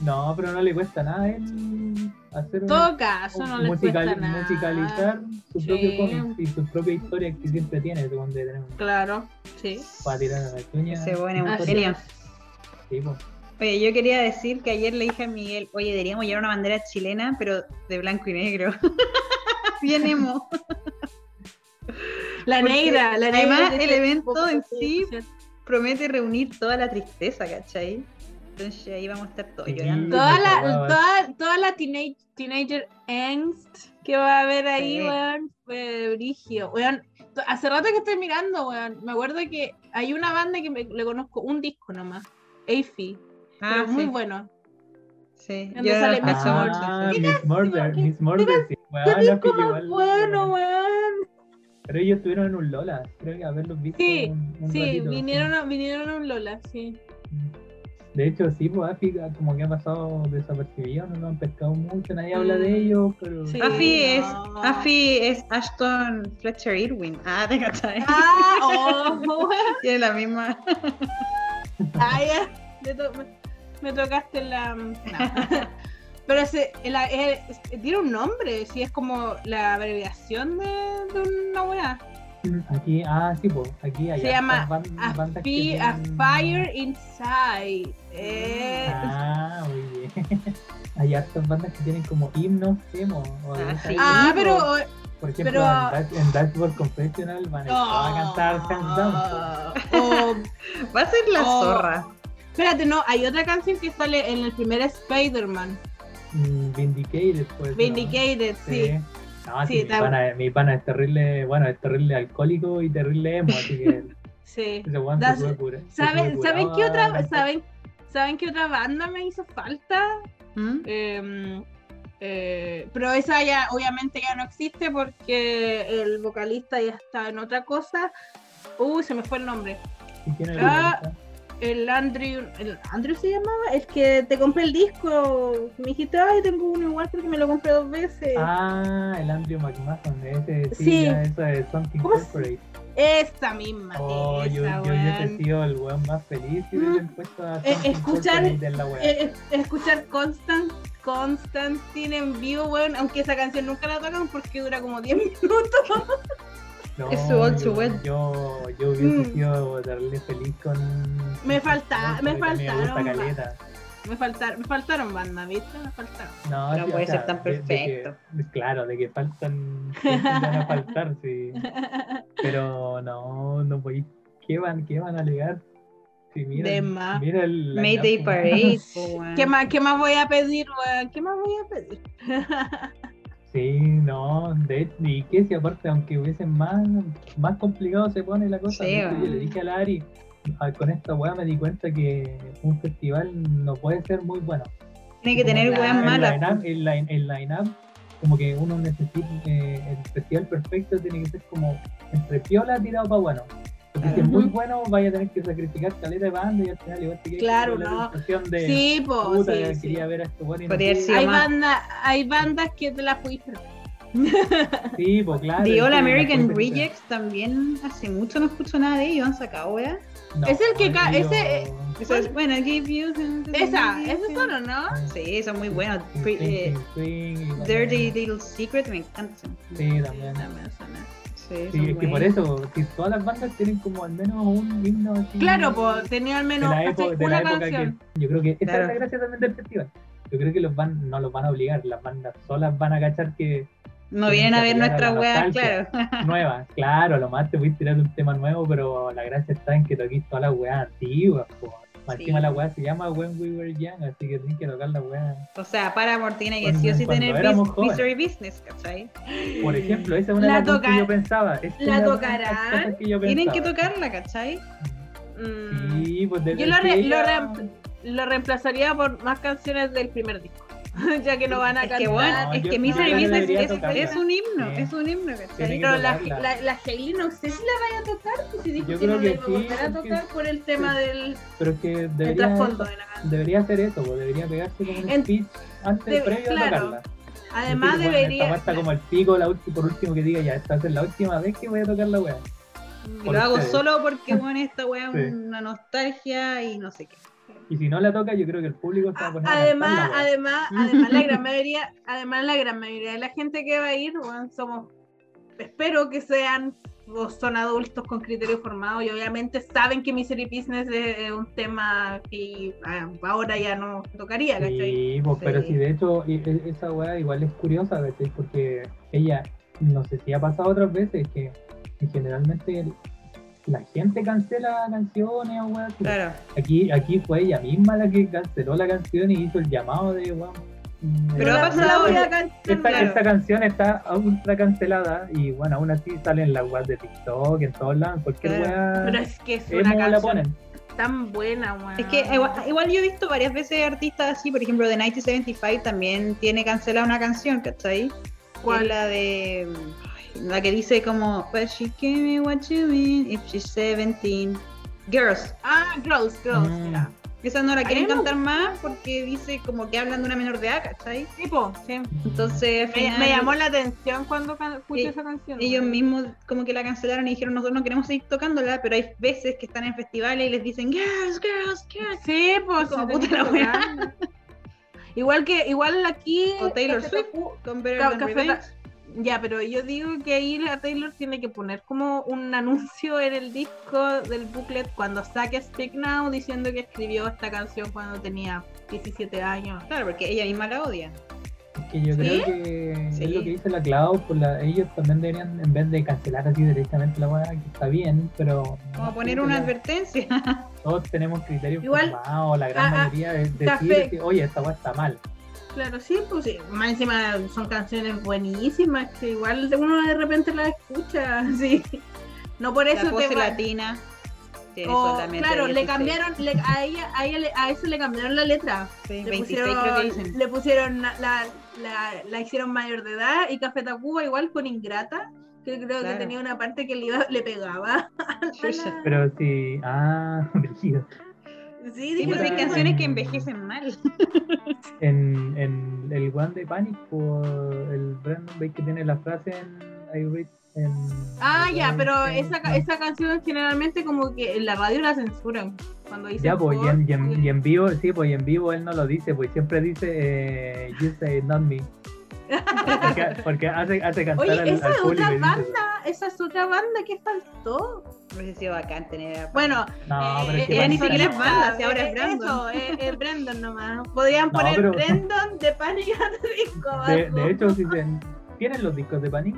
[SPEAKER 3] No, pero no le cuesta nada a él hacer un-
[SPEAKER 2] todo caso,
[SPEAKER 3] un
[SPEAKER 2] no les
[SPEAKER 3] musical-
[SPEAKER 2] cuesta nada.
[SPEAKER 3] musicalizar su
[SPEAKER 2] Sí.
[SPEAKER 3] propio cómic y su propia historia que siempre tiene, según de tener
[SPEAKER 2] Claro, sí.
[SPEAKER 3] para tirar a la tuña.
[SPEAKER 1] Ese weón es un
[SPEAKER 2] Así
[SPEAKER 1] genio.
[SPEAKER 3] Sí, po.
[SPEAKER 1] Oye, yo quería decir que ayer le dije a Miguel, oye, deberíamos llevar una bandera chilena, pero de blanco y negro. Bien emo.
[SPEAKER 2] La
[SPEAKER 1] Porque
[SPEAKER 2] negra, la negra.
[SPEAKER 1] además
[SPEAKER 2] que
[SPEAKER 1] el
[SPEAKER 2] se-
[SPEAKER 1] evento en sí-
[SPEAKER 2] Todas
[SPEAKER 1] Promete reunir toda la tristeza, ¿cachai? Entonces ahí vamos a estar todos
[SPEAKER 3] Sí.
[SPEAKER 1] llorando.
[SPEAKER 2] Toda la,
[SPEAKER 3] Esa hueá,
[SPEAKER 2] toda, toda la teenage, teenager angst que va a haber ahí,
[SPEAKER 1] Sí.
[SPEAKER 2] weón, fue brigio. Weón, to- hace rato que estoy mirando, weón. Me acuerdo que hay una banda que me- le conozco, un disco nomás, AFI,
[SPEAKER 1] Ah,
[SPEAKER 2] pero muy
[SPEAKER 1] sí,
[SPEAKER 2] bueno.
[SPEAKER 1] sí.
[SPEAKER 2] donde
[SPEAKER 1] Yo
[SPEAKER 2] sale
[SPEAKER 1] no
[SPEAKER 2] Miss
[SPEAKER 1] escucho
[SPEAKER 2] Murder.
[SPEAKER 1] mucho,
[SPEAKER 3] Ah,
[SPEAKER 1] sí.
[SPEAKER 3] Miss Murder,
[SPEAKER 2] ¿qué-
[SPEAKER 3] Miss Murder, sí.
[SPEAKER 2] ¡Qué
[SPEAKER 3] Weón, es que
[SPEAKER 2] disco más
[SPEAKER 3] igual-
[SPEAKER 2] bueno, weón!
[SPEAKER 3] Pero ellos estuvieron en un Lola, creo que haberlos visto.
[SPEAKER 2] Sí,
[SPEAKER 3] un, un
[SPEAKER 2] Sí,
[SPEAKER 3] ratito,
[SPEAKER 2] vinieron a, vinieron a un Lola, sí.
[SPEAKER 3] De hecho, sí, pues Afi como que ha pasado desapercibido, no lo han pescado mucho, nadie habla
[SPEAKER 2] Mm.
[SPEAKER 3] de ellos, pero.
[SPEAKER 2] Sí.
[SPEAKER 1] Afi es,
[SPEAKER 2] No.
[SPEAKER 1] Afi es Ashton Fletcher Irwin. Ah, te cachai.
[SPEAKER 2] ¡Ah! ¡Oh, weón!
[SPEAKER 1] Tiene la misma.
[SPEAKER 2] Ay, Ah, ya, me to- me, me tocaste la. mm, no. Pero se, la- eh, tiene un nombre, sí, es como la abreviación de, de una weá.
[SPEAKER 3] Aquí, ah, sí, pues, aquí hay.
[SPEAKER 2] Se
[SPEAKER 3] hartas
[SPEAKER 2] llama
[SPEAKER 3] ban-
[SPEAKER 2] A,
[SPEAKER 3] bandas que
[SPEAKER 2] fi- a
[SPEAKER 3] tienen-
[SPEAKER 2] Fire Inside. Eh,
[SPEAKER 3] Ah, muy bien. hay hartas bandas que tienen como himnos, emo. o de
[SPEAKER 1] Ah,
[SPEAKER 3] esas
[SPEAKER 1] sí.
[SPEAKER 2] ah,
[SPEAKER 3] cosas.
[SPEAKER 2] pero.
[SPEAKER 3] Por ejemplo,
[SPEAKER 2] pero-
[SPEAKER 3] en, Dash- en Dashboard Confessional van a, va a cantar Hands Down. pues.
[SPEAKER 2] Oh,
[SPEAKER 1] Va a ser la
[SPEAKER 2] Oh.
[SPEAKER 1] zorra.
[SPEAKER 2] espérate, no, hay otra canción que sale en el primer Spider-Man,
[SPEAKER 3] Mm, Vindicated, pues. ¿no?
[SPEAKER 2] Vindicated, sí.
[SPEAKER 3] No,
[SPEAKER 2] Sí,
[SPEAKER 3] sí, mi,
[SPEAKER 2] tam-
[SPEAKER 3] pana, mi pana es terrible, bueno, es terrible alcohólico y terrible emo, así que
[SPEAKER 2] sí.
[SPEAKER 3] ese weón se
[SPEAKER 2] Das-
[SPEAKER 3] puede curar. se
[SPEAKER 2] ¿Saben,
[SPEAKER 3] puede
[SPEAKER 2] ¿saben
[SPEAKER 3] curar Ah,
[SPEAKER 2] qué otra,
[SPEAKER 3] bastante.
[SPEAKER 2] saben, saben qué otra banda me hizo falta?
[SPEAKER 1] ¿Mm?
[SPEAKER 2] Eh, eh, pero esa ya obviamente ya no existe porque el vocalista ya está en otra cosa. Uy, se me fue el nombre.
[SPEAKER 3] ¿Y quién era
[SPEAKER 2] Ah.
[SPEAKER 3] la
[SPEAKER 2] El Andrew, ¿el Andrew se llamaba? El que te compré el disco. Me dijiste, ay, tengo uno igual porque me lo compré dos veces.
[SPEAKER 3] Ah, el Andrew McMahon, ese sí,
[SPEAKER 2] Sí.
[SPEAKER 3] ya, eso es Something
[SPEAKER 2] ¿Cómo se-
[SPEAKER 3] Corporate.
[SPEAKER 2] Esa misma.
[SPEAKER 3] Oh, yo,
[SPEAKER 2] esa,
[SPEAKER 3] yo, yo he
[SPEAKER 2] weón.
[SPEAKER 3] sido el weón más feliz y
[SPEAKER 2] Mm.
[SPEAKER 3] hubiera puesto a
[SPEAKER 2] Eh,
[SPEAKER 3] Something
[SPEAKER 2] escuchar-
[SPEAKER 3] Corporate en la weá.
[SPEAKER 2] Eh, eh, escuchar Constant, Constantine en vivo, weón, aunque esa canción nunca la tocan porque dura como 10 minutos.
[SPEAKER 3] No,
[SPEAKER 1] es su old,
[SPEAKER 3] yo-
[SPEAKER 1] su wet.
[SPEAKER 3] Yo, yo hubiese
[SPEAKER 2] Mm.
[SPEAKER 3] sido terrible feliz con.
[SPEAKER 2] Me falta-
[SPEAKER 3] con-
[SPEAKER 2] me
[SPEAKER 3] porque a mí gusta
[SPEAKER 2] faltaron ba-
[SPEAKER 3] caleta.
[SPEAKER 2] Me faltaron, me faltaron bandas, ¿viste? Me faltaron.
[SPEAKER 3] No,
[SPEAKER 1] No
[SPEAKER 3] sí, o
[SPEAKER 1] puede
[SPEAKER 3] sea,
[SPEAKER 1] ser tan
[SPEAKER 3] de- de que- claro, de que faltan. siempre van a faltar, sí. Pero no, no voy. ¿Qué van, qué van a alegar? Sí, mira,
[SPEAKER 2] De más.
[SPEAKER 3] mira el. la
[SPEAKER 1] Mayday
[SPEAKER 3] gráfica.
[SPEAKER 1] Parade. po, weón.
[SPEAKER 2] ¿Qué más, ¿Qué más voy a pedir, weón? ¿Qué más voy a pedir?
[SPEAKER 3] Sí, no. De, y que si aparte, aunque hubiesen más, más complicado se pone la cosa.
[SPEAKER 1] Sí,
[SPEAKER 3] de hecho,
[SPEAKER 1] va.
[SPEAKER 3] yo le dije a la Ari, "Ah, con esta weá me di cuenta que un festival no puede ser muy bueno.
[SPEAKER 1] Tiene que tener
[SPEAKER 2] Claro.
[SPEAKER 1] weas
[SPEAKER 2] En
[SPEAKER 3] el
[SPEAKER 1] malas.
[SPEAKER 3] line-up- El line- el line-up, como que uno necesita, eh, el especial perfecto tiene que ser como entre piola tirado para bueno. Porque si es muy bueno, vaya a tener que sacrificar caleta de banda y al final igual te quedas
[SPEAKER 2] Claro,
[SPEAKER 3] con la
[SPEAKER 2] no.
[SPEAKER 3] sensación de
[SPEAKER 2] Sí, po,
[SPEAKER 3] puta,
[SPEAKER 2] sí, sí.
[SPEAKER 3] quería ver a este weón y no
[SPEAKER 1] Podría haber
[SPEAKER 3] pude.
[SPEAKER 1] sido
[SPEAKER 2] Hay,
[SPEAKER 1] más.
[SPEAKER 2] banda, hay bandas que te las pudiste perder.
[SPEAKER 3] Sí, pues claro.
[SPEAKER 1] The All
[SPEAKER 3] sí,
[SPEAKER 1] American
[SPEAKER 3] la cuenta-
[SPEAKER 1] Rejects también hace mucho no escucho nada de ellos, han sacado weas.
[SPEAKER 3] No,
[SPEAKER 2] Es el que ca-
[SPEAKER 3] yo-
[SPEAKER 2] ese-
[SPEAKER 1] Eso es bueno, give you. something
[SPEAKER 2] Esa,
[SPEAKER 1] to
[SPEAKER 2] esas
[SPEAKER 1] do.
[SPEAKER 2] son, ¿o no?
[SPEAKER 1] Sí, son muy buenos.
[SPEAKER 3] Swing,
[SPEAKER 1] Pre- eh,
[SPEAKER 3] swing, swing, y-
[SPEAKER 1] Dirty Little Secret me encanta.
[SPEAKER 3] Sí, también.
[SPEAKER 2] Dame esa, ¿no?
[SPEAKER 1] Sí. Sí,
[SPEAKER 3] Sí,
[SPEAKER 1] son
[SPEAKER 3] es que por
[SPEAKER 1] buenos.
[SPEAKER 3] eso, si todas las bandas tienen como al menos un himno así.
[SPEAKER 2] Claro, pues tenía al
[SPEAKER 3] de
[SPEAKER 2] menos
[SPEAKER 3] la, epo-
[SPEAKER 2] ¿cachai?
[SPEAKER 3] de la
[SPEAKER 2] una
[SPEAKER 3] época que.
[SPEAKER 2] canción.
[SPEAKER 3] Yo creo que esa
[SPEAKER 1] Claro.
[SPEAKER 3] es la gracia también del festival. Yo creo que los van, no los van a obligar, las bandas solas van a cachar que
[SPEAKER 1] No vienen a ver
[SPEAKER 3] Tienen que
[SPEAKER 1] nuestra
[SPEAKER 3] apelar a la
[SPEAKER 1] weá,
[SPEAKER 3] nostalgia.
[SPEAKER 1] claro.
[SPEAKER 3] nuevas. Claro, a lo más te voy a tirar un tema nuevo, pero la gracia está en que toquís todas las weas antiguas. po. Más
[SPEAKER 1] Sí.
[SPEAKER 3] Encima la wea se llama When We Were Young, así que tenés que tocar la wea.
[SPEAKER 1] O sea, Paramore tiene que
[SPEAKER 3] Cuando-
[SPEAKER 1] sí o sí
[SPEAKER 3] cuando
[SPEAKER 1] tener
[SPEAKER 3] éramos
[SPEAKER 1] bis-
[SPEAKER 3] jóvenes.
[SPEAKER 1] Mystery Business, ¿cachai?
[SPEAKER 3] Por ejemplo, esa es una
[SPEAKER 2] La
[SPEAKER 3] de las cosas
[SPEAKER 2] toca-
[SPEAKER 3] que yo pensaba. Es
[SPEAKER 2] la
[SPEAKER 3] una de las
[SPEAKER 2] tocarán.
[SPEAKER 3] cosas que yo
[SPEAKER 1] Tienen que
[SPEAKER 3] pensaba.
[SPEAKER 1] tocarla, ¿cachai?
[SPEAKER 2] Mm,
[SPEAKER 3] Sí, pues desde
[SPEAKER 2] Yo lo, re-
[SPEAKER 3] que
[SPEAKER 2] lo,
[SPEAKER 3] ella-
[SPEAKER 2] re- lo reemplazaría por más canciones del primer disco. ya que no van a
[SPEAKER 1] es que,
[SPEAKER 2] cantar.
[SPEAKER 1] bueno,
[SPEAKER 3] No,
[SPEAKER 1] es
[SPEAKER 3] yo
[SPEAKER 1] que
[SPEAKER 3] creo
[SPEAKER 1] Misery
[SPEAKER 2] que
[SPEAKER 1] Business
[SPEAKER 2] debería
[SPEAKER 1] es,
[SPEAKER 2] tocarla.
[SPEAKER 1] es un himno,
[SPEAKER 3] Sí.
[SPEAKER 1] es un himno, ¿cachai?
[SPEAKER 3] Tiene que
[SPEAKER 2] Pero la,
[SPEAKER 3] tocarla.
[SPEAKER 2] la, la Hailey no sé si la vaya a tocar, porque dijo
[SPEAKER 3] Yo
[SPEAKER 2] que
[SPEAKER 3] creo
[SPEAKER 2] no
[SPEAKER 3] que
[SPEAKER 2] la iba a
[SPEAKER 3] sí,
[SPEAKER 2] volver a
[SPEAKER 3] porque-
[SPEAKER 2] tocar por el tema del,
[SPEAKER 3] Pero es que
[SPEAKER 2] del
[SPEAKER 3] debería,
[SPEAKER 2] trasfondo de la canción.
[SPEAKER 3] debería hacer eso, pues, debería pegarse como un
[SPEAKER 2] En-
[SPEAKER 3] speech antes,
[SPEAKER 2] de-
[SPEAKER 3] previo
[SPEAKER 2] claro.
[SPEAKER 3] a tocarla.
[SPEAKER 2] Además
[SPEAKER 3] Decir, bueno,
[SPEAKER 2] debería...
[SPEAKER 3] Esta hasta como el pico, la ulti- por último que diga, ya, esta es la última vez que voy a tocar la wea.
[SPEAKER 1] Y
[SPEAKER 3] Por
[SPEAKER 1] lo hago
[SPEAKER 3] ustedes.
[SPEAKER 1] solo porque, bueno, esta weá
[SPEAKER 3] Sí.
[SPEAKER 1] es una nostalgia y no sé qué.
[SPEAKER 3] Y si no la toca, yo creo que el público se va pues, a poner a
[SPEAKER 2] Además,
[SPEAKER 3] cantar la wea.
[SPEAKER 2] además, además la gran mayoría, además la gran mayoría de la gente que va a ir, bueno, somos, espero que sean o son adultos con criterio formado y obviamente saben que Misery Business es eh, un tema que ah, ahora ya no tocaría, ¿cachai?
[SPEAKER 3] Sí, pues, pero
[SPEAKER 1] Sí.
[SPEAKER 3] si de hecho i- i- esa weá igual es curiosa, ¿cachai? Porque ella, no sé si ha pasado otras veces, que que generalmente el- la gente cancela canciones o weas. así.
[SPEAKER 1] Claro.
[SPEAKER 3] Aquí, aquí fue ella misma la que canceló la canción y hizo el llamado de weón. mm,
[SPEAKER 1] Pero
[SPEAKER 3] eh,
[SPEAKER 1] ha
[SPEAKER 2] No la- no la
[SPEAKER 1] pasado
[SPEAKER 2] voy a
[SPEAKER 1] ya-
[SPEAKER 2] cantar,
[SPEAKER 3] Esta,
[SPEAKER 2] claro.
[SPEAKER 3] esta canción está ultra cancelada y bueno, aún así salen las weas de TikTok, en todos lados, en cualquier
[SPEAKER 1] Claro.
[SPEAKER 3] wea.
[SPEAKER 2] Pero es que es
[SPEAKER 3] emo
[SPEAKER 2] una
[SPEAKER 3] la
[SPEAKER 2] canción
[SPEAKER 3] ponen.
[SPEAKER 2] tan buena, weón.
[SPEAKER 1] Es que eh, igual, igual yo he visto varias veces artistas así, por ejemplo, de 1975 también tiene cancelada una canción, ¿cachai?
[SPEAKER 2] ¿Cuál?
[SPEAKER 1] Es La de. ay, La que dice como. But she gave me what you mean if she's 17. Girls.
[SPEAKER 2] Ah, Girls, Girls,
[SPEAKER 3] Mm.
[SPEAKER 2] ya.
[SPEAKER 1] Esa no la quieren
[SPEAKER 2] mí me
[SPEAKER 1] cantar más porque dice como que hablan de una menor de edad, ¿cachai?
[SPEAKER 2] Sí, po, sí.
[SPEAKER 1] Entonces, al
[SPEAKER 2] Me, me
[SPEAKER 1] final,
[SPEAKER 2] llamó la atención cuando can- escuché
[SPEAKER 1] Sí,
[SPEAKER 2] esa canción.
[SPEAKER 1] Ellos
[SPEAKER 2] weón.
[SPEAKER 1] mismos como que la cancelaron y dijeron nosotros no queremos seguir tocándola, pero hay veces que están en festivales y les dicen girls, girls, girls.
[SPEAKER 2] Sí, pues.
[SPEAKER 1] Como
[SPEAKER 2] sí,
[SPEAKER 1] puta
[SPEAKER 2] tenés
[SPEAKER 1] la
[SPEAKER 2] que tocarla. Igual que, igual aquí.
[SPEAKER 1] O Taylor
[SPEAKER 2] Café
[SPEAKER 1] Swift.
[SPEAKER 2] Tacu-
[SPEAKER 1] Con Better
[SPEAKER 2] Ca-
[SPEAKER 1] Than
[SPEAKER 2] Café
[SPEAKER 1] Revenge.
[SPEAKER 2] Ya, pero yo digo que ahí la Taylor tiene que poner como un anuncio en el disco del booklet cuando saque Speak Now diciendo que escribió esta canción cuando tenía 17 años.
[SPEAKER 1] Claro, porque ella misma la odia.
[SPEAKER 3] Es que yo
[SPEAKER 2] ¿Sí?
[SPEAKER 3] creo que
[SPEAKER 1] Sí.
[SPEAKER 3] es lo que dice la Clau, pues la- ellos también deberían, en vez de cancelar así directamente la weá, que está bien, pero.
[SPEAKER 1] Como
[SPEAKER 3] no
[SPEAKER 1] poner
[SPEAKER 3] sé,
[SPEAKER 1] una
[SPEAKER 3] pero
[SPEAKER 1] advertencia.
[SPEAKER 3] Todos tenemos criterios
[SPEAKER 2] Igual,
[SPEAKER 3] formados, la gran
[SPEAKER 2] ah, ah,
[SPEAKER 3] mayoría es decir
[SPEAKER 2] Café.
[SPEAKER 3] que, oye, esta weá está mal.
[SPEAKER 2] Claro, sí, pues sí. Más encima son canciones buenísimas que igual uno de repente las escucha, sí. No por eso
[SPEAKER 1] la pose
[SPEAKER 2] te va-
[SPEAKER 1] latina. tiene
[SPEAKER 2] o,
[SPEAKER 1] solamente
[SPEAKER 2] claro, le
[SPEAKER 1] 16.
[SPEAKER 2] cambiaron, le- a ella, a ella, le- a eso le cambiaron la letra.
[SPEAKER 1] Sí,
[SPEAKER 2] Le
[SPEAKER 1] 26
[SPEAKER 2] pusieron,
[SPEAKER 1] creo que dicen.
[SPEAKER 2] le pusieron la, la, la- la hicieron mayor de edad y Café Tacuba igual con Ingrata, que creo
[SPEAKER 1] Claro.
[SPEAKER 2] que tenía una parte que le, iba- le pegaba.
[SPEAKER 1] Chucha.
[SPEAKER 3] Pero sí, ah, brígido.
[SPEAKER 2] Sí,
[SPEAKER 1] Sí,
[SPEAKER 2] dije,
[SPEAKER 1] pues hay
[SPEAKER 3] Puta.
[SPEAKER 1] canciones que envejecen mal.
[SPEAKER 3] En, en el One de Panic, por el Brandon Bake que tiene la frase en I read en.
[SPEAKER 2] Ah, ya, pero
[SPEAKER 3] en-
[SPEAKER 2] esa, ca- esa canción generalmente como que en la radio la censuran. Cuando dicen
[SPEAKER 3] Ya, pues, y en, y en-
[SPEAKER 2] por-
[SPEAKER 3] y en vivo, sí, pues, y en vivo él no lo dice, pues siempre dice, eh, you say not me. Porque, porque hace, hace cantar
[SPEAKER 2] Oye,
[SPEAKER 3] al,
[SPEAKER 2] esa
[SPEAKER 3] al
[SPEAKER 2] es
[SPEAKER 3] público.
[SPEAKER 2] otra
[SPEAKER 3] y dice,
[SPEAKER 2] banda, Ah, esa es otra banda que faltó.
[SPEAKER 1] Hubiese sido bacán tener. a-
[SPEAKER 2] Bueno,
[SPEAKER 3] No, pero es que Eh,
[SPEAKER 1] eh,
[SPEAKER 3] Panic
[SPEAKER 1] ni siquiera
[SPEAKER 3] también-
[SPEAKER 1] es banda, si ahora es Brandon.
[SPEAKER 2] Eso, es, es Brandon nomás. Podrían
[SPEAKER 3] No,
[SPEAKER 2] poner
[SPEAKER 3] pero-
[SPEAKER 2] Brandon de Panic at the Disco.
[SPEAKER 3] De,
[SPEAKER 2] abajo.
[SPEAKER 3] de hecho, si se, ¿tienen los discos de Panic?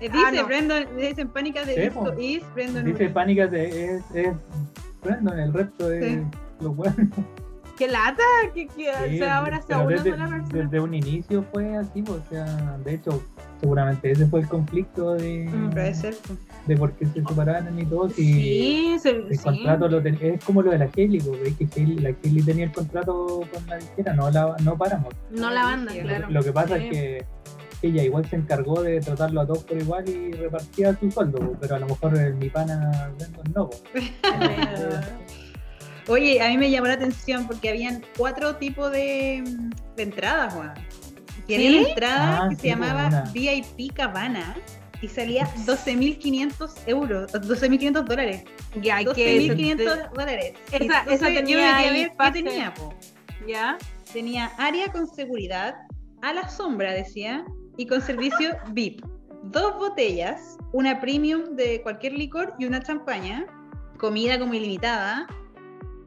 [SPEAKER 1] Eh,
[SPEAKER 2] ah,
[SPEAKER 1] dice
[SPEAKER 2] no.
[SPEAKER 1] Brandon, dicen Pánicas de
[SPEAKER 3] Sí,
[SPEAKER 1] Disco
[SPEAKER 3] po.
[SPEAKER 1] is Brandon.
[SPEAKER 3] Dice
[SPEAKER 1] Urie.
[SPEAKER 3] Panic es, es, es Brandon, el resto es
[SPEAKER 1] Sí.
[SPEAKER 3] los buenos.
[SPEAKER 2] Qué lata, que, que o
[SPEAKER 3] Sí,
[SPEAKER 2] sea, ahora sea
[SPEAKER 3] pero
[SPEAKER 2] una
[SPEAKER 3] desde,
[SPEAKER 2] sola persona.
[SPEAKER 3] desde un inicio fue así, pues, o sea, de hecho, seguramente ese fue el conflicto de,
[SPEAKER 1] Mm, puede ser, po.
[SPEAKER 3] de por qué se separaron y todo. si-
[SPEAKER 2] Sí, se-
[SPEAKER 3] El
[SPEAKER 2] sí.
[SPEAKER 3] contrato lo ten- es como lo de la Kelly, porque es que Hailey- la Kelly tenía el contrato con la disquera, no la no Paramount.
[SPEAKER 2] No la banda,
[SPEAKER 1] Lo-
[SPEAKER 3] Lo-
[SPEAKER 2] claro.
[SPEAKER 3] Lo que pasa
[SPEAKER 2] Sí.
[SPEAKER 3] es que ella igual se encargó de tratarlo a todos por igual y repartía su sueldo, pues, pero a lo mejor el- mi pana Brandon no. pues.
[SPEAKER 1] Oye, a mí me llamó la atención porque habían cuatro tipos de, mm, de entradas, weón. Y había
[SPEAKER 2] ¿Sí?
[SPEAKER 1] una entrada
[SPEAKER 3] Ah,
[SPEAKER 1] que se
[SPEAKER 3] sí, po,
[SPEAKER 1] llamaba
[SPEAKER 3] una.
[SPEAKER 1] VIP Cabana y salía 12.500 euros, 12.500 dólares.
[SPEAKER 2] Ya, que.
[SPEAKER 1] 12.500 dólares.
[SPEAKER 2] Esa-
[SPEAKER 1] Y
[SPEAKER 2] esa
[SPEAKER 1] entonces yo
[SPEAKER 2] tenía
[SPEAKER 1] me metí a
[SPEAKER 2] ahí
[SPEAKER 1] ver
[SPEAKER 2] pase.
[SPEAKER 1] qué tenía, po.
[SPEAKER 2] Ya.
[SPEAKER 1] Tenía área con seguridad, a la sombra, decía, y con servicio VIP. dos botellas, una premium de cualquier licor y una champaña, comida como ilimitada,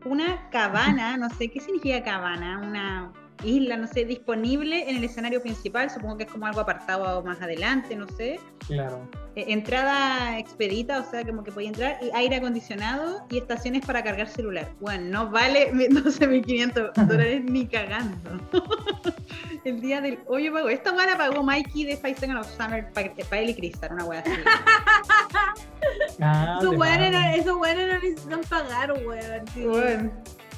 [SPEAKER 1] una cabana, no sé qué significa cabana, una isla, no sé, disponible en el escenario principal, supongo que es como algo apartado más adelante, no sé.
[SPEAKER 3] Claro.
[SPEAKER 1] Eh, entrada expedita, o sea, como que podía entrar, y aire acondicionado y estaciones para cargar celular. Bueno, no vale 12.500 dólares ni cagando. El día del hoyo pagó. Esta weá la pagó Mikey de Five Seconds of Summer para él y Crystal, una weá así.
[SPEAKER 3] Ah,
[SPEAKER 2] Esos
[SPEAKER 3] de
[SPEAKER 2] weones no,
[SPEAKER 3] más.
[SPEAKER 2] esos weones no necesitan pagar, weón. sí.
[SPEAKER 1] Weón.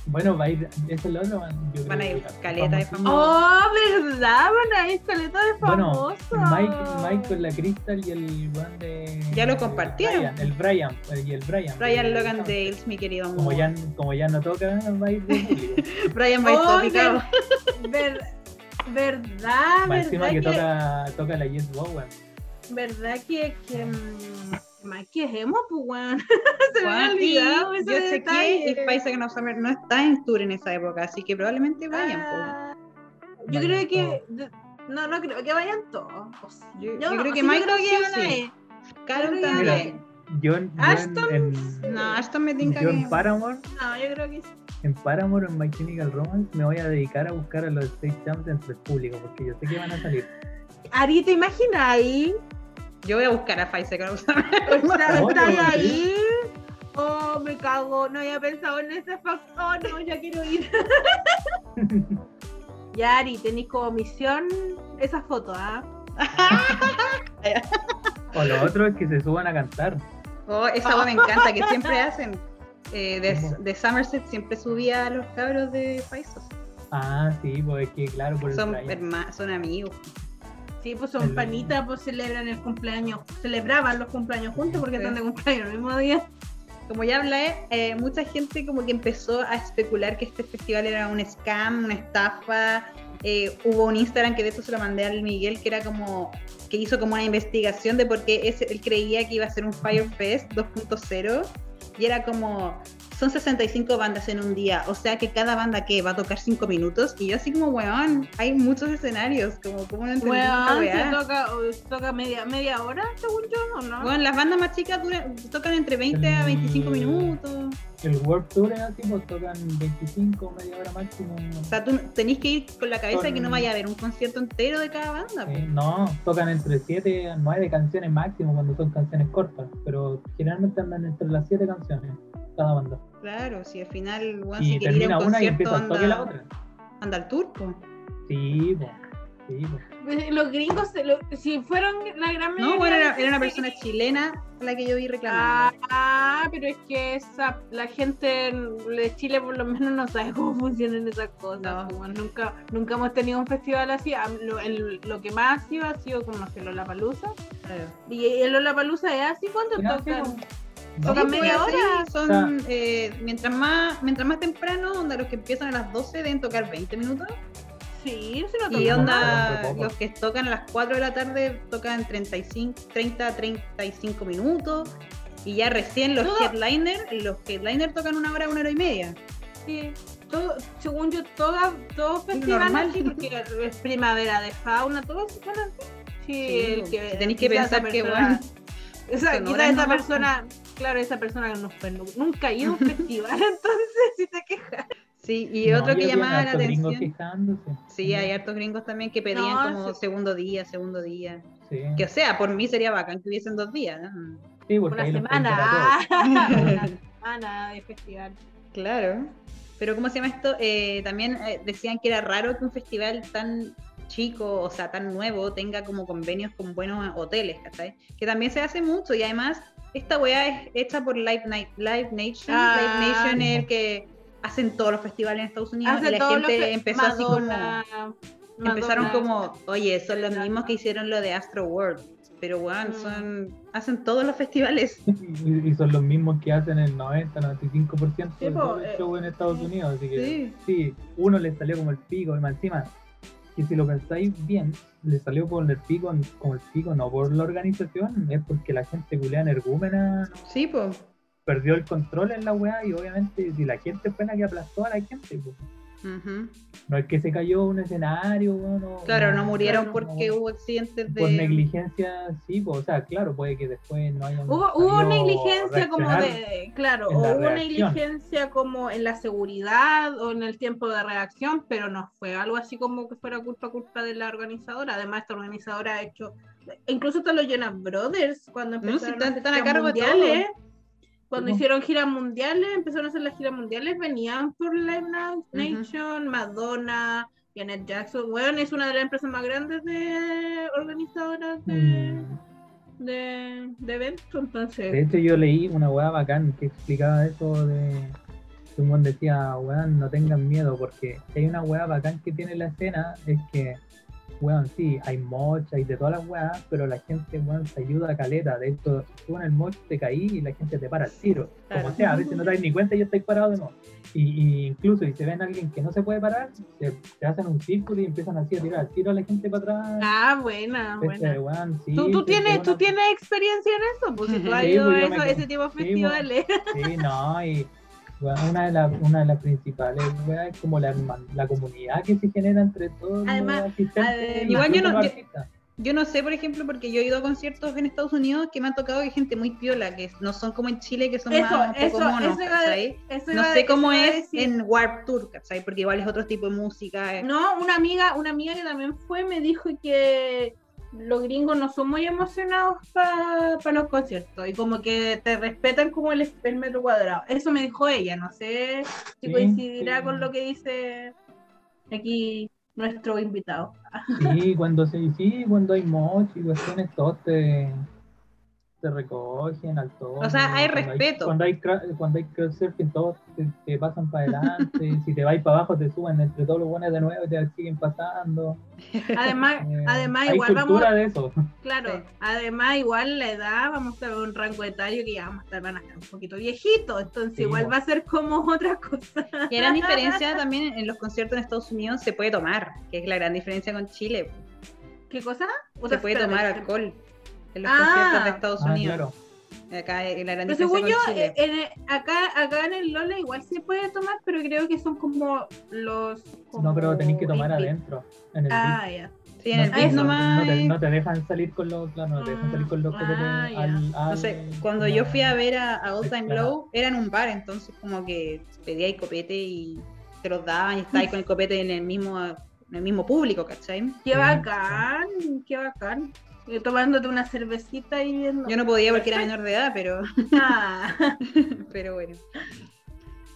[SPEAKER 3] Bueno, va a ir. Ese es el otro. Van, yo
[SPEAKER 1] Van a
[SPEAKER 3] creo
[SPEAKER 1] ir
[SPEAKER 3] que-
[SPEAKER 1] caleta de
[SPEAKER 3] famosísimo.
[SPEAKER 2] Oh, verdad, bueno, ahí escaleta de
[SPEAKER 3] Bueno,
[SPEAKER 2] famoso.
[SPEAKER 3] Mike, Mike con la Crystal y el weón de.
[SPEAKER 1] Ya lo
[SPEAKER 3] de
[SPEAKER 1] compartieron.
[SPEAKER 3] Brian, el Brian. eh, Y el Brian.
[SPEAKER 1] Brian Logan Dales, mi querido
[SPEAKER 3] Como
[SPEAKER 1] amor.
[SPEAKER 3] ya, como ya no toca, va a ir de público.
[SPEAKER 1] Brian
[SPEAKER 2] Oh,
[SPEAKER 1] va
[SPEAKER 2] ver- ver-
[SPEAKER 1] Ah,
[SPEAKER 2] verdad,
[SPEAKER 3] Más encima
[SPEAKER 2] verdad
[SPEAKER 3] que
[SPEAKER 2] que,
[SPEAKER 3] toca, toca la Jess Bowen.
[SPEAKER 2] verdad que, que, mm, que más que emo, pues weón. Se me había
[SPEAKER 1] Juan, y
[SPEAKER 2] olvidado ese
[SPEAKER 1] yo sé que
[SPEAKER 2] detalle.
[SPEAKER 1] If Five Seconds of Summer no está en tour en esa época, así que probablemente vayan. pues. po.
[SPEAKER 2] Ah, yo creo que no, no creo que vayan todos. O sea,
[SPEAKER 1] Yo-
[SPEAKER 2] no,
[SPEAKER 1] yo creo
[SPEAKER 2] o
[SPEAKER 1] que
[SPEAKER 2] sea,
[SPEAKER 1] Michael
[SPEAKER 2] creo que van
[SPEAKER 1] sí.
[SPEAKER 2] a ir.
[SPEAKER 1] Carol
[SPEAKER 2] creo
[SPEAKER 3] que
[SPEAKER 1] también.
[SPEAKER 3] Yo, en- yo en-
[SPEAKER 2] Ashton,
[SPEAKER 3] en,
[SPEAKER 1] No, Ashton me tinca
[SPEAKER 3] yo
[SPEAKER 1] que-
[SPEAKER 3] en Paramore,
[SPEAKER 2] No, yo creo que sí.
[SPEAKER 3] en Paramore, en My Chemical Romance, me voy a dedicar a buscar a los Space Jams entre el público, porque yo sé que van a salir.
[SPEAKER 2] Ari, ¿te imaginas ahí?
[SPEAKER 1] Yo voy a buscar a Five Seconds of
[SPEAKER 2] O
[SPEAKER 1] Summer.
[SPEAKER 2] sea,
[SPEAKER 3] No,
[SPEAKER 2] ¿estás
[SPEAKER 3] yo creo que
[SPEAKER 2] ahí? Oh, me cago, no había pensado en ese factor. Oh, no, ya quiero ir. Ya, Ari, tenéis como misión esa foto, ¿ah?
[SPEAKER 3] o lo otro es que se suban a cantar.
[SPEAKER 1] Oh, esa voz me encanta, que siempre hacen. Eh, de, de Somerset siempre subía a los cabros de Faisos.
[SPEAKER 3] Ah, sí, pues es que claro, por el
[SPEAKER 1] Son,
[SPEAKER 3] Brian.
[SPEAKER 1] herma- son amigos.
[SPEAKER 2] Sí, pues son
[SPEAKER 3] El-
[SPEAKER 2] panitas, pues celebran el cumpleaños. Celebraban los cumpleaños juntos porque están de cumpleaños el mismo día.
[SPEAKER 1] Como ya hablé, eh, mucha gente como que empezó a especular que este festival era un scam, una estafa. Eh, hubo un Instagram que de eso se lo mandé al Miguel, que era como que hizo como una investigación de por qué ese- él creía que iba a ser un Firefest 2.0 y era como son 65 bandas en un día, o sea que cada banda que va a tocar 5 minutos y yo así como weón, hay muchos escenarios, como como no entendí esta
[SPEAKER 2] Weón, se
[SPEAKER 1] weá?
[SPEAKER 2] toca, o se toca media, media hora, según yo, ¿o no?
[SPEAKER 1] Weón, las bandas más chicas duran- tocan entre 20 a 25
[SPEAKER 3] Mm.
[SPEAKER 1] minutos.
[SPEAKER 3] El World Tour es así, pues tocan 25, media hora máximo.
[SPEAKER 1] O sea, tú tenés que ir con la cabeza de que no
[SPEAKER 3] Son-
[SPEAKER 1] vaya a haber un concierto entero de cada banda.
[SPEAKER 3] Eh, no, tocan entre 7 a 9 canciones máximo cuando son canciones cortas, pero generalmente andan entre las 7 canciones cada banda.
[SPEAKER 1] pues. Claro, si al final weón,
[SPEAKER 3] y
[SPEAKER 1] si quería ir
[SPEAKER 3] termina
[SPEAKER 1] a un
[SPEAKER 3] una y
[SPEAKER 1] concierto
[SPEAKER 3] empieza al toque la
[SPEAKER 1] anda,
[SPEAKER 3] otra.
[SPEAKER 1] anda al turco.
[SPEAKER 3] Sí, pues, sí, pues.
[SPEAKER 2] Los gringos, se lo- si fueron la gran mayoría.
[SPEAKER 1] No, bueno, era, era una
[SPEAKER 2] de-
[SPEAKER 1] persona chilena a la que yo vi
[SPEAKER 2] Ah,
[SPEAKER 1] reclamando.
[SPEAKER 2] ah, pero es que esa, la gente de Chile por lo menos no sabe cómo funcionan esas cosas.
[SPEAKER 1] No.
[SPEAKER 2] como nunca, nunca hemos tenido un festival así. A- Lo, el- lo que más ha sido ha sido como no sé, Lollapalooza.
[SPEAKER 1] Claro.
[SPEAKER 2] Y el Lollapalooza es así cuando
[SPEAKER 3] Ya,
[SPEAKER 2] tocan.
[SPEAKER 3] sí, pues.
[SPEAKER 2] Tocan
[SPEAKER 1] Sí, pues,
[SPEAKER 2] media
[SPEAKER 1] así
[SPEAKER 2] hora.
[SPEAKER 1] Son, eh, mientras, más, mientras más temprano, onda, los que empiezan a las 12 deben tocar 20 minutos.
[SPEAKER 2] Sí, pues, se lo
[SPEAKER 1] Y
[SPEAKER 3] Tocan
[SPEAKER 2] tocan.
[SPEAKER 1] onda,
[SPEAKER 3] poco, poco.
[SPEAKER 1] los que tocan a las 4 de la tarde tocan 35, 30, 35 minutos. Y ya recién los
[SPEAKER 2] Todo-
[SPEAKER 1] headliners, los headliners tocan una hora, una hora y media.
[SPEAKER 2] Sí, todo, según yo, todas, todos festivales
[SPEAKER 1] normal.
[SPEAKER 2] así, porque es primavera de fauna, todos se ponen así. Sí,
[SPEAKER 1] Sí,
[SPEAKER 2] el
[SPEAKER 1] pues,
[SPEAKER 2] que,
[SPEAKER 1] si tenés que
[SPEAKER 2] quizá esa
[SPEAKER 1] pensar que,
[SPEAKER 2] persona- esa,
[SPEAKER 1] son
[SPEAKER 2] quizá
[SPEAKER 1] horas
[SPEAKER 2] esa
[SPEAKER 1] nomás. pues.
[SPEAKER 2] persona, claro, esa persona no fue nu- nunca ha ido a un festival, entonces si te quejas.
[SPEAKER 1] Sí, y
[SPEAKER 3] No,
[SPEAKER 1] otro
[SPEAKER 3] yo
[SPEAKER 1] que
[SPEAKER 3] vi a
[SPEAKER 1] llamaba la
[SPEAKER 3] hartos gringos
[SPEAKER 1] atención.
[SPEAKER 3] quejándose.
[SPEAKER 1] Sí, hay hartos gringos también que pedían
[SPEAKER 2] No,
[SPEAKER 1] como
[SPEAKER 2] sí.
[SPEAKER 1] segundo día, segundo día.
[SPEAKER 3] Sí,
[SPEAKER 1] Que o sea, por mí sería bacán que hubiesen dos días. ¿no?
[SPEAKER 3] sí, porque
[SPEAKER 2] Una
[SPEAKER 3] ahí los
[SPEAKER 2] semana,
[SPEAKER 3] pueden ver a todos.
[SPEAKER 2] una semana de festival.
[SPEAKER 1] claro. Pero ¿cómo se llama esto? Eh, también eh, decían que era raro que un festival tan chico, o sea, tan nuevo, tenga como convenios con buenos hoteles, ¿cachai? Que también se hace mucho y además esta weá es hecha por Live, Night, Live Nation.
[SPEAKER 2] Ah,
[SPEAKER 1] Live Nation
[SPEAKER 3] sí.
[SPEAKER 1] es el que hacen todos los festivales en Estados Unidos
[SPEAKER 2] Hace
[SPEAKER 1] y la
[SPEAKER 2] todo lo
[SPEAKER 1] gente
[SPEAKER 2] que
[SPEAKER 1] empezó así como...
[SPEAKER 2] Madonna,
[SPEAKER 1] Empezaron
[SPEAKER 2] Madonna.
[SPEAKER 1] como, oye, son los mismos que hicieron lo de Astro World, pero weón,
[SPEAKER 2] Mm.
[SPEAKER 1] son, hacen todos los festivales.
[SPEAKER 3] Y, y son los mismos que hacen el 90, 95%
[SPEAKER 2] Sí,
[SPEAKER 3] de
[SPEAKER 2] po,
[SPEAKER 3] todo el
[SPEAKER 2] eh,
[SPEAKER 3] show en Estados
[SPEAKER 2] sí.
[SPEAKER 3] Unidos. Así que
[SPEAKER 1] Sí.
[SPEAKER 3] sí, uno le salió como el pico, y más encima, que si lo pensáis bien, le salió por el pico, como el pico, no por la organización, es porque la gente culea energúmena,
[SPEAKER 1] Sí, pues.
[SPEAKER 3] perdió el control en la weá y obviamente si la gente fue la que aplastó a la gente, pues,
[SPEAKER 1] Ujú.
[SPEAKER 3] No es que se cayó un escenario, weón, no-
[SPEAKER 1] Claro, no murieron
[SPEAKER 3] no,
[SPEAKER 1] porque hubo accidentes de...
[SPEAKER 3] Mm. Por negligencia, sí, pues, o sea, claro, puede que después no haya.
[SPEAKER 2] Hubo, hubo
[SPEAKER 3] sabido
[SPEAKER 2] negligencia como
[SPEAKER 3] reaccionar.
[SPEAKER 2] de, claro,
[SPEAKER 3] en la
[SPEAKER 2] hubo
[SPEAKER 3] reacción.
[SPEAKER 2] negligencia como en la seguridad o en el tiempo de reacción, pero no fue algo así como que fuera culpa culpa de la organizadora. Además, esta organizadora ha hecho, incluso hasta los Jonas Brothers, cuando
[SPEAKER 1] si
[SPEAKER 2] empezaron a
[SPEAKER 1] Mm, están-
[SPEAKER 2] hacer
[SPEAKER 1] están a
[SPEAKER 2] giras
[SPEAKER 1] cargo de
[SPEAKER 2] mundiales, cuando
[SPEAKER 3] Ujú.
[SPEAKER 2] hicieron giras mundiales, empezaron a hacer las giras mundiales, venían por Live Now- Nation, Madonna, Janet Jackson. Bueno, es una de las empresas más grandes de organizadoras de
[SPEAKER 3] Mm.
[SPEAKER 2] de, de evento, entonces.
[SPEAKER 3] De hecho, yo leí una weá bacán que explicaba eso de. que un buen decía, weón, no tengan miedo, porque si hay una weá bacán que tiene la escena, es que, weón, sí, hay moch, hay de todas las weas, pero la gente, weón, se ayuda a caleta. De hecho, tú en el moch te caí y la gente te para el tiro.
[SPEAKER 1] Claro.
[SPEAKER 3] Como sea, a veces no te das ni cuenta y ya estáis parado de nuevo. Y, y incluso, si se ven a alguien que no se puede parar, se, se hacen un círculo y empiezan así a tirar al tiro a la gente para atrás.
[SPEAKER 2] Ah, buena,
[SPEAKER 3] Este,
[SPEAKER 2] buena.
[SPEAKER 3] weón, sí,
[SPEAKER 2] ¿Tú, tú
[SPEAKER 3] sí,
[SPEAKER 2] tienes,
[SPEAKER 3] que
[SPEAKER 2] tú
[SPEAKER 3] una-
[SPEAKER 2] tienes experiencia en eso, pues si tú
[SPEAKER 1] Ujú.
[SPEAKER 2] has
[SPEAKER 3] Sí,
[SPEAKER 2] ido
[SPEAKER 3] pues,
[SPEAKER 2] a
[SPEAKER 3] yo me
[SPEAKER 2] eso-
[SPEAKER 3] con-
[SPEAKER 2] ese tipo de
[SPEAKER 3] sí, pues.
[SPEAKER 2] festivales.
[SPEAKER 3] Sí, no, y bueno, una, de las una de las principales weas, es como la, herman- la comunidad que se genera entre todos
[SPEAKER 2] Además,
[SPEAKER 3] los asistentes.
[SPEAKER 2] además-
[SPEAKER 3] y
[SPEAKER 1] eh, Igual yo no-
[SPEAKER 3] los
[SPEAKER 1] yo-
[SPEAKER 3] artistas.
[SPEAKER 1] Yo no sé, por ejemplo, porque yo he ido a conciertos en Estados Unidos que me ha tocado que gente muy piola, que no son como en Chile, que son más un poco monos,
[SPEAKER 2] iba a-
[SPEAKER 1] ¿cachai?
[SPEAKER 2] eso
[SPEAKER 1] No
[SPEAKER 2] iba a-
[SPEAKER 1] sé cómo
[SPEAKER 2] eso iba a
[SPEAKER 1] es
[SPEAKER 2] decir.
[SPEAKER 1] en Warp Tour, ¿cachai? Porque igual es otro tipo de música. eh.
[SPEAKER 2] No, una amiga, una amiga que también fue me dijo que los gringos no son muy emocionados para los conciertos y como que te respetan como el, el metro cuadrado. Eso me dijo ella, no sé si
[SPEAKER 3] Sí,
[SPEAKER 2] coincidirá
[SPEAKER 3] sí.
[SPEAKER 2] con lo que dice aquí nuestro invitado.
[SPEAKER 3] Sí, cuando se sí, cuando hay mochi y cuestiones, todos te, te recogen al todo.
[SPEAKER 1] O sea, hay respeto.
[SPEAKER 3] Cuando hay, cra- cuando hay surfing todos te, te pasan para adelante. si te vais para abajo, te suben entre todos los buenos de nuevo y te siguen pasando.
[SPEAKER 2] Además,
[SPEAKER 3] Eh,
[SPEAKER 2] además
[SPEAKER 3] hay
[SPEAKER 2] igual vamos,
[SPEAKER 3] cultura de eso.
[SPEAKER 2] Claro,
[SPEAKER 1] Sí.
[SPEAKER 2] además igual la edad, vamos a ver un rango etario que ya vamos a estar, van a estar un poquito viejitos, entonces
[SPEAKER 3] Sí,
[SPEAKER 2] igual
[SPEAKER 3] bo.
[SPEAKER 2] va a ser como otra cosa.
[SPEAKER 1] Y gran diferencia también en los conciertos en Estados Unidos se puede tomar, que es la gran diferencia con Chile.
[SPEAKER 2] ¿Qué cosa? O
[SPEAKER 1] Se
[SPEAKER 2] sea,
[SPEAKER 1] puede
[SPEAKER 2] espérame,
[SPEAKER 1] tomar
[SPEAKER 2] espérame.
[SPEAKER 1] alcohol en los
[SPEAKER 2] Ah.
[SPEAKER 1] conciertos de Estados
[SPEAKER 3] Ah,
[SPEAKER 1] Unidos.
[SPEAKER 3] claro.
[SPEAKER 1] Acá eh, la gran diferencia
[SPEAKER 2] Pero según
[SPEAKER 1] con
[SPEAKER 2] yo,
[SPEAKER 1] Chile.
[SPEAKER 2] eh, en- en- acá, acá en el Lola igual se puede tomar, pero creo que son como los...
[SPEAKER 3] No, pero tenéis que
[SPEAKER 2] como
[SPEAKER 3] tomar
[SPEAKER 2] el-
[SPEAKER 3] adentro. En el
[SPEAKER 2] Ah, ya.
[SPEAKER 1] sí, en el
[SPEAKER 2] no,
[SPEAKER 1] beat
[SPEAKER 2] no,
[SPEAKER 1] nomás
[SPEAKER 3] no te,
[SPEAKER 1] es-
[SPEAKER 3] no te dejan salir con los claro, no te dejan salir con los
[SPEAKER 2] Ah,
[SPEAKER 3] copetes
[SPEAKER 2] ya.
[SPEAKER 3] al, al-
[SPEAKER 1] No sé, cuando yo fui a ver a, a Old Time
[SPEAKER 3] Claro.
[SPEAKER 1] Low, era en un bar, entonces como que pedía el copete y te los daban y estabas con el copete en el mismo, en el mismo público, ¿cachai?
[SPEAKER 2] Qué
[SPEAKER 3] Sí,
[SPEAKER 2] bacán, qué bacán. Eh, Tomándote una cervecita y viendo...
[SPEAKER 1] Yo no podía porque era menor de edad, pero,
[SPEAKER 2] Ah,
[SPEAKER 1] pero bueno.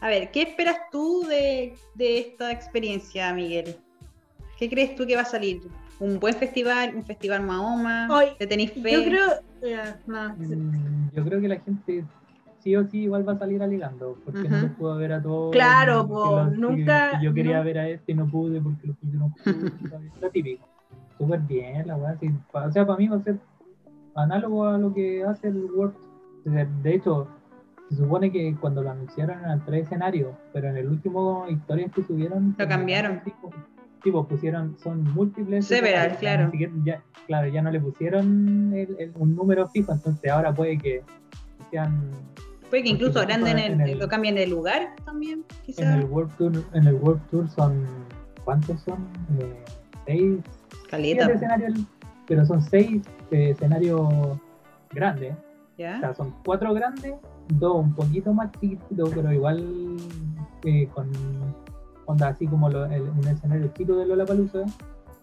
[SPEAKER 1] A ver, ¿qué esperas tú de, de esta experiencia, Miguel? ¿Qué crees tú que va a salir? ¿Un buen festival? ¿Un festival Mahoma?
[SPEAKER 2] Ay,
[SPEAKER 1] ¿Te tenés fe?
[SPEAKER 2] yo creo... ya, no, sí.
[SPEAKER 3] Mm, yo creo que la gente sí o sí igual va a salir alegando porque no
[SPEAKER 1] Ujú.
[SPEAKER 3] los puedo ver a todos
[SPEAKER 2] Claro,
[SPEAKER 3] que
[SPEAKER 2] po,
[SPEAKER 3] los- que-
[SPEAKER 2] nunca-
[SPEAKER 3] que yo quería
[SPEAKER 2] nu-
[SPEAKER 3] ver a este y no pude porque lo pusieron justo, lo típico súper bien la weá sí. Pa- o sea para mí va a ser análogo a lo que hace el World de, de hecho se supone que cuando lo anunciaron eran tres escenarios pero en el último historias que subieron
[SPEAKER 1] Lo cambiaron.
[SPEAKER 3] tipo, tipo, pusieron son múltiples
[SPEAKER 1] Several,
[SPEAKER 3] escenarios, ya ni
[SPEAKER 1] claro.
[SPEAKER 3] siquiera- ya- claro ya no le pusieron el- el- un número fijo entonces ahora puede que sean
[SPEAKER 1] Puede que
[SPEAKER 3] porque
[SPEAKER 1] incluso
[SPEAKER 3] se
[SPEAKER 1] grande en
[SPEAKER 3] puede
[SPEAKER 1] el,
[SPEAKER 3] en el-
[SPEAKER 1] lo cambien de lugar también,
[SPEAKER 3] en
[SPEAKER 1] quizás.
[SPEAKER 3] el World Tour en el World Tour son cuántos son Eh, seis
[SPEAKER 1] Caleta,
[SPEAKER 3] siete escenarios pero son seis eh, escenarios grandes
[SPEAKER 1] ¿ya?
[SPEAKER 3] O sea, son cuatro grandes, dos un poquito más chiquititos, pero igual eh, con onda así como lo- el, un escenario chico de Lola Palusa.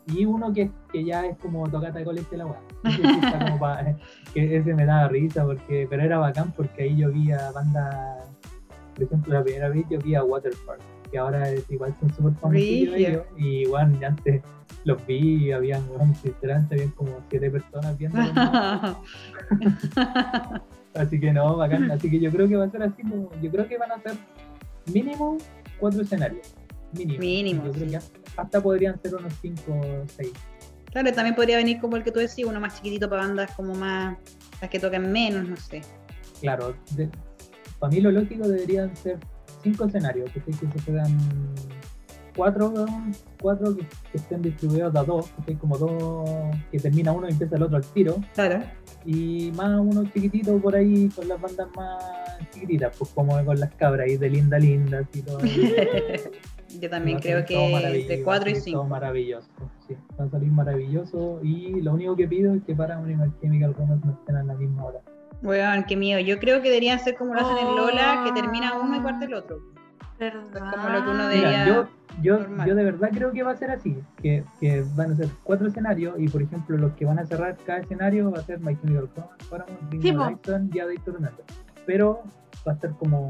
[SPEAKER 3] Y uno que, que ya es como tocata de colegio la weá. Ese sí está como pa- que ese me daba risa, porque, pero era bacán porque ahí yo vi a banda, por ejemplo, la primera vez yo vi a Waterpark, que ahora es, igual son súper famosos
[SPEAKER 1] Brígido.
[SPEAKER 3] ellos. Y bueno, ya antes los vi y habían, bueno, sinceramente, habían como siete personas viendo. Así que no, bacán. Así que yo creo que va a ser así. como- Yo creo que van a ser mínimo cuatro escenarios. Mínimo.
[SPEAKER 1] Mínimo,
[SPEAKER 3] Yo creo
[SPEAKER 1] sí.
[SPEAKER 3] que hasta podrían ser unos cinco o seis.
[SPEAKER 1] Claro, también podría venir como el que tú decís, uno más chiquitito para bandas como más, las que tocan menos, no sé.
[SPEAKER 3] Claro, de- para mí lo lógico deberían ser cinco escenarios. Que, sé que se puedan cuatro, weón, cuatro que, que estén distribuidos de a dos. Que sé, como dos que termina uno y empieza el otro al tiro.
[SPEAKER 1] Claro.
[SPEAKER 3] y más uno chiquitito por ahí con las bandas más chiquititas, pues como con las cabras ahí de linda linda, así todo.
[SPEAKER 1] Yo también
[SPEAKER 3] Va a
[SPEAKER 1] creo
[SPEAKER 3] salir todo
[SPEAKER 1] que
[SPEAKER 3] maravilloso,
[SPEAKER 1] entre
[SPEAKER 3] va a
[SPEAKER 1] 4 y
[SPEAKER 3] salir todo
[SPEAKER 1] 5.
[SPEAKER 3] maravilloso, sí. Va a salir maravilloso y lo único que pido es que para Universal Chemical Romance no estén a la misma hora.
[SPEAKER 1] Weón, qué miedo. Yo creo que deberían ser como lo hacen en Lola,
[SPEAKER 2] Ah.
[SPEAKER 1] que termina uno y parte el otro.
[SPEAKER 2] ¿Verdad?
[SPEAKER 1] Es como lo que uno
[SPEAKER 3] Mira,
[SPEAKER 1] Sería
[SPEAKER 3] yo, yo,
[SPEAKER 1] normal.
[SPEAKER 3] yo de verdad creo que va a ser así, que, que van a ser cuatro escenarios y por ejemplo los que van a cerrar cada escenario va a ser My Chemical Romance, Paramount, Big
[SPEAKER 2] Sí,
[SPEAKER 3] Little
[SPEAKER 2] po.
[SPEAKER 3] Lies, y Adicto Remember. Pero va a ser como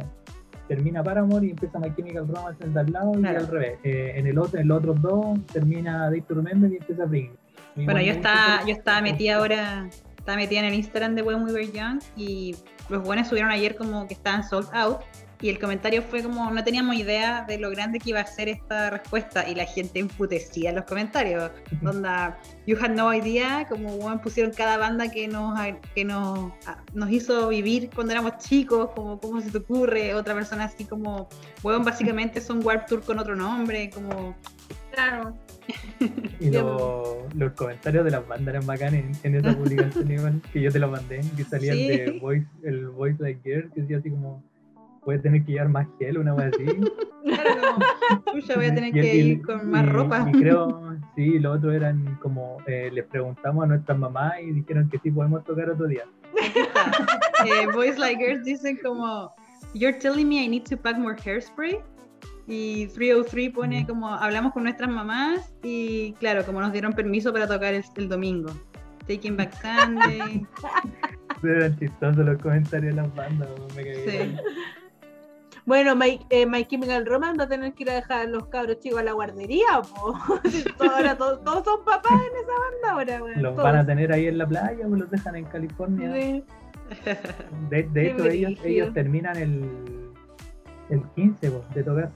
[SPEAKER 3] termina Paramore y empieza My Chemical Romance en tal lado y
[SPEAKER 1] Claro.
[SPEAKER 3] al revés. Eh, en el otro, en los otros dos termina Adicto Remember y empieza Bring. It.
[SPEAKER 1] Bueno,
[SPEAKER 3] Igual
[SPEAKER 1] yo
[SPEAKER 3] me gusta
[SPEAKER 1] estaba,
[SPEAKER 3] hacer-
[SPEAKER 1] yo estaba metida ahora, estaba metida en el Instagram de When We Were Young y los buenos subieron ayer como que estaban sold out y el comentario fue como no teníamos idea de lo grande que iba a ser esta respuesta y la gente emputecía en los comentarios. Onda, you had no idea, como weón, pusieron cada banda que nos que nos, a- nos hizo vivir cuando éramos chicos, como cómo se te ocurre, otra persona así como, weón, básicamente son Warp Tour con otro nombre, como
[SPEAKER 2] Claro.
[SPEAKER 3] Y lo-
[SPEAKER 1] pues.
[SPEAKER 3] los comentarios de las bandas eran bacanes en, en esa publicación igual, que yo te lo mandé, que salía
[SPEAKER 1] Sí.
[SPEAKER 3] el de Voice, el Voice Like Girl, que decía así como, puedes tener que llevar más gel, una cosa así.
[SPEAKER 1] Claro, como, pucha, voy a tener
[SPEAKER 3] Y-
[SPEAKER 1] que
[SPEAKER 3] y-
[SPEAKER 1] ir con más
[SPEAKER 3] y-
[SPEAKER 1] ropa.
[SPEAKER 3] Y creo, sí, lo otro eran como, eh, les preguntamos a nuestras mamás y dijeron que sí podemos tocar otro día.
[SPEAKER 1] Eh, Boys Like Girls dicen como, You're telling me I need to pack more hairspray. Y 303 pone
[SPEAKER 3] Mm.
[SPEAKER 1] como, hablamos con nuestras mamás y claro, como nos dieron permiso para tocar el, el domingo. Taking Back Sunday.
[SPEAKER 3] Eran chistosos los comentarios de las bandas, me caí.
[SPEAKER 1] sí.
[SPEAKER 2] Bueno, My, eh, My Chemical Romance va a tener que ir a dejar a los cabros chicos a la guardería, po. Si todo- ahora to- todos son papás en esa banda ahora, weón,
[SPEAKER 3] Los
[SPEAKER 2] todos.
[SPEAKER 3] van a tener ahí en la playa o los dejan en California.
[SPEAKER 2] Sí.
[SPEAKER 3] De, de
[SPEAKER 2] Qué
[SPEAKER 3] hecho, ellos,
[SPEAKER 2] brígido.
[SPEAKER 3] ellos terminan el, el 15 po, de tocar.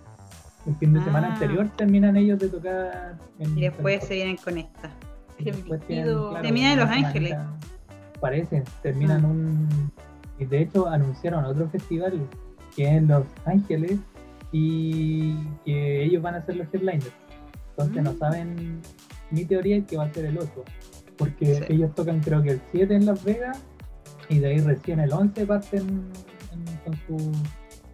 [SPEAKER 3] El fin de semana
[SPEAKER 1] Ah.
[SPEAKER 3] anterior terminan ellos de tocar. en-
[SPEAKER 1] Y después se vienen con esta.
[SPEAKER 3] y
[SPEAKER 2] Qué
[SPEAKER 3] después tienen,
[SPEAKER 2] brígido.
[SPEAKER 1] Terminan en
[SPEAKER 3] Pues una
[SPEAKER 1] Los Ángeles.
[SPEAKER 3] semanita. Parece, terminan
[SPEAKER 1] Ah.
[SPEAKER 3] un. Y de hecho, anunciaron otro festival que es en Los Ángeles y que ellos van a ser los headliners. Entonces, no
[SPEAKER 1] Mm.
[SPEAKER 3] saben. Mi teoría es que va a ser el 8, porque
[SPEAKER 1] Sí.
[SPEAKER 3] ellos tocan, creo que el 7 en Las Vegas y de ahí recién el 11 parten en- con su,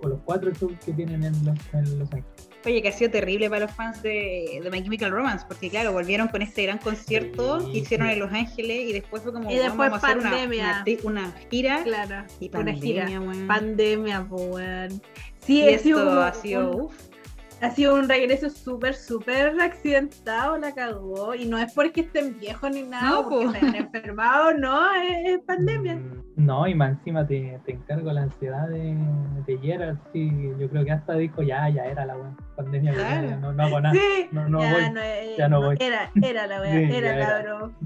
[SPEAKER 3] con los cuatro shows que tienen en Los, en los Ángeles.
[SPEAKER 1] Oye, que ha sido terrible para los fans de, de My Chemical Romance, porque claro, volvieron con este gran concierto
[SPEAKER 3] Sí,
[SPEAKER 1] que hicieron
[SPEAKER 3] sí.
[SPEAKER 1] en Los Ángeles y después fue como,
[SPEAKER 2] Y
[SPEAKER 1] "Weón,
[SPEAKER 2] después
[SPEAKER 1] vamos a hacer una-
[SPEAKER 2] pandemia.
[SPEAKER 1] una, ti- una gira.
[SPEAKER 2] Claro.
[SPEAKER 1] Y
[SPEAKER 2] Una gira.
[SPEAKER 1] pandemia, weón.
[SPEAKER 2] Pandemia, po, weón.
[SPEAKER 1] Y
[SPEAKER 2] Sí, ha
[SPEAKER 1] esto
[SPEAKER 2] sido como
[SPEAKER 1] ha sido,
[SPEAKER 2] un-
[SPEAKER 1] uf,
[SPEAKER 2] ha sido un regreso súper, súper accidentado, la cagó. Y no es porque estén viejos ni nada,
[SPEAKER 1] No,
[SPEAKER 2] no, porque
[SPEAKER 1] po.
[SPEAKER 2] se hayan enfermado, no, es, es pandemia.
[SPEAKER 3] Mm, No, y más encima te, te encargo la ansiedad de, de Gerard. Sí, yo creo que hasta dijo ya, ya era la buena pandemia. ya,
[SPEAKER 1] Claro.
[SPEAKER 3] ya, No, no hago nada.
[SPEAKER 2] Sí,
[SPEAKER 3] No, no
[SPEAKER 2] ya,
[SPEAKER 3] voy.
[SPEAKER 2] no, eh,
[SPEAKER 3] ya no voy.
[SPEAKER 2] Era, era la weá,
[SPEAKER 3] Sí, ya
[SPEAKER 2] era,
[SPEAKER 3] era.
[SPEAKER 2] cabrón.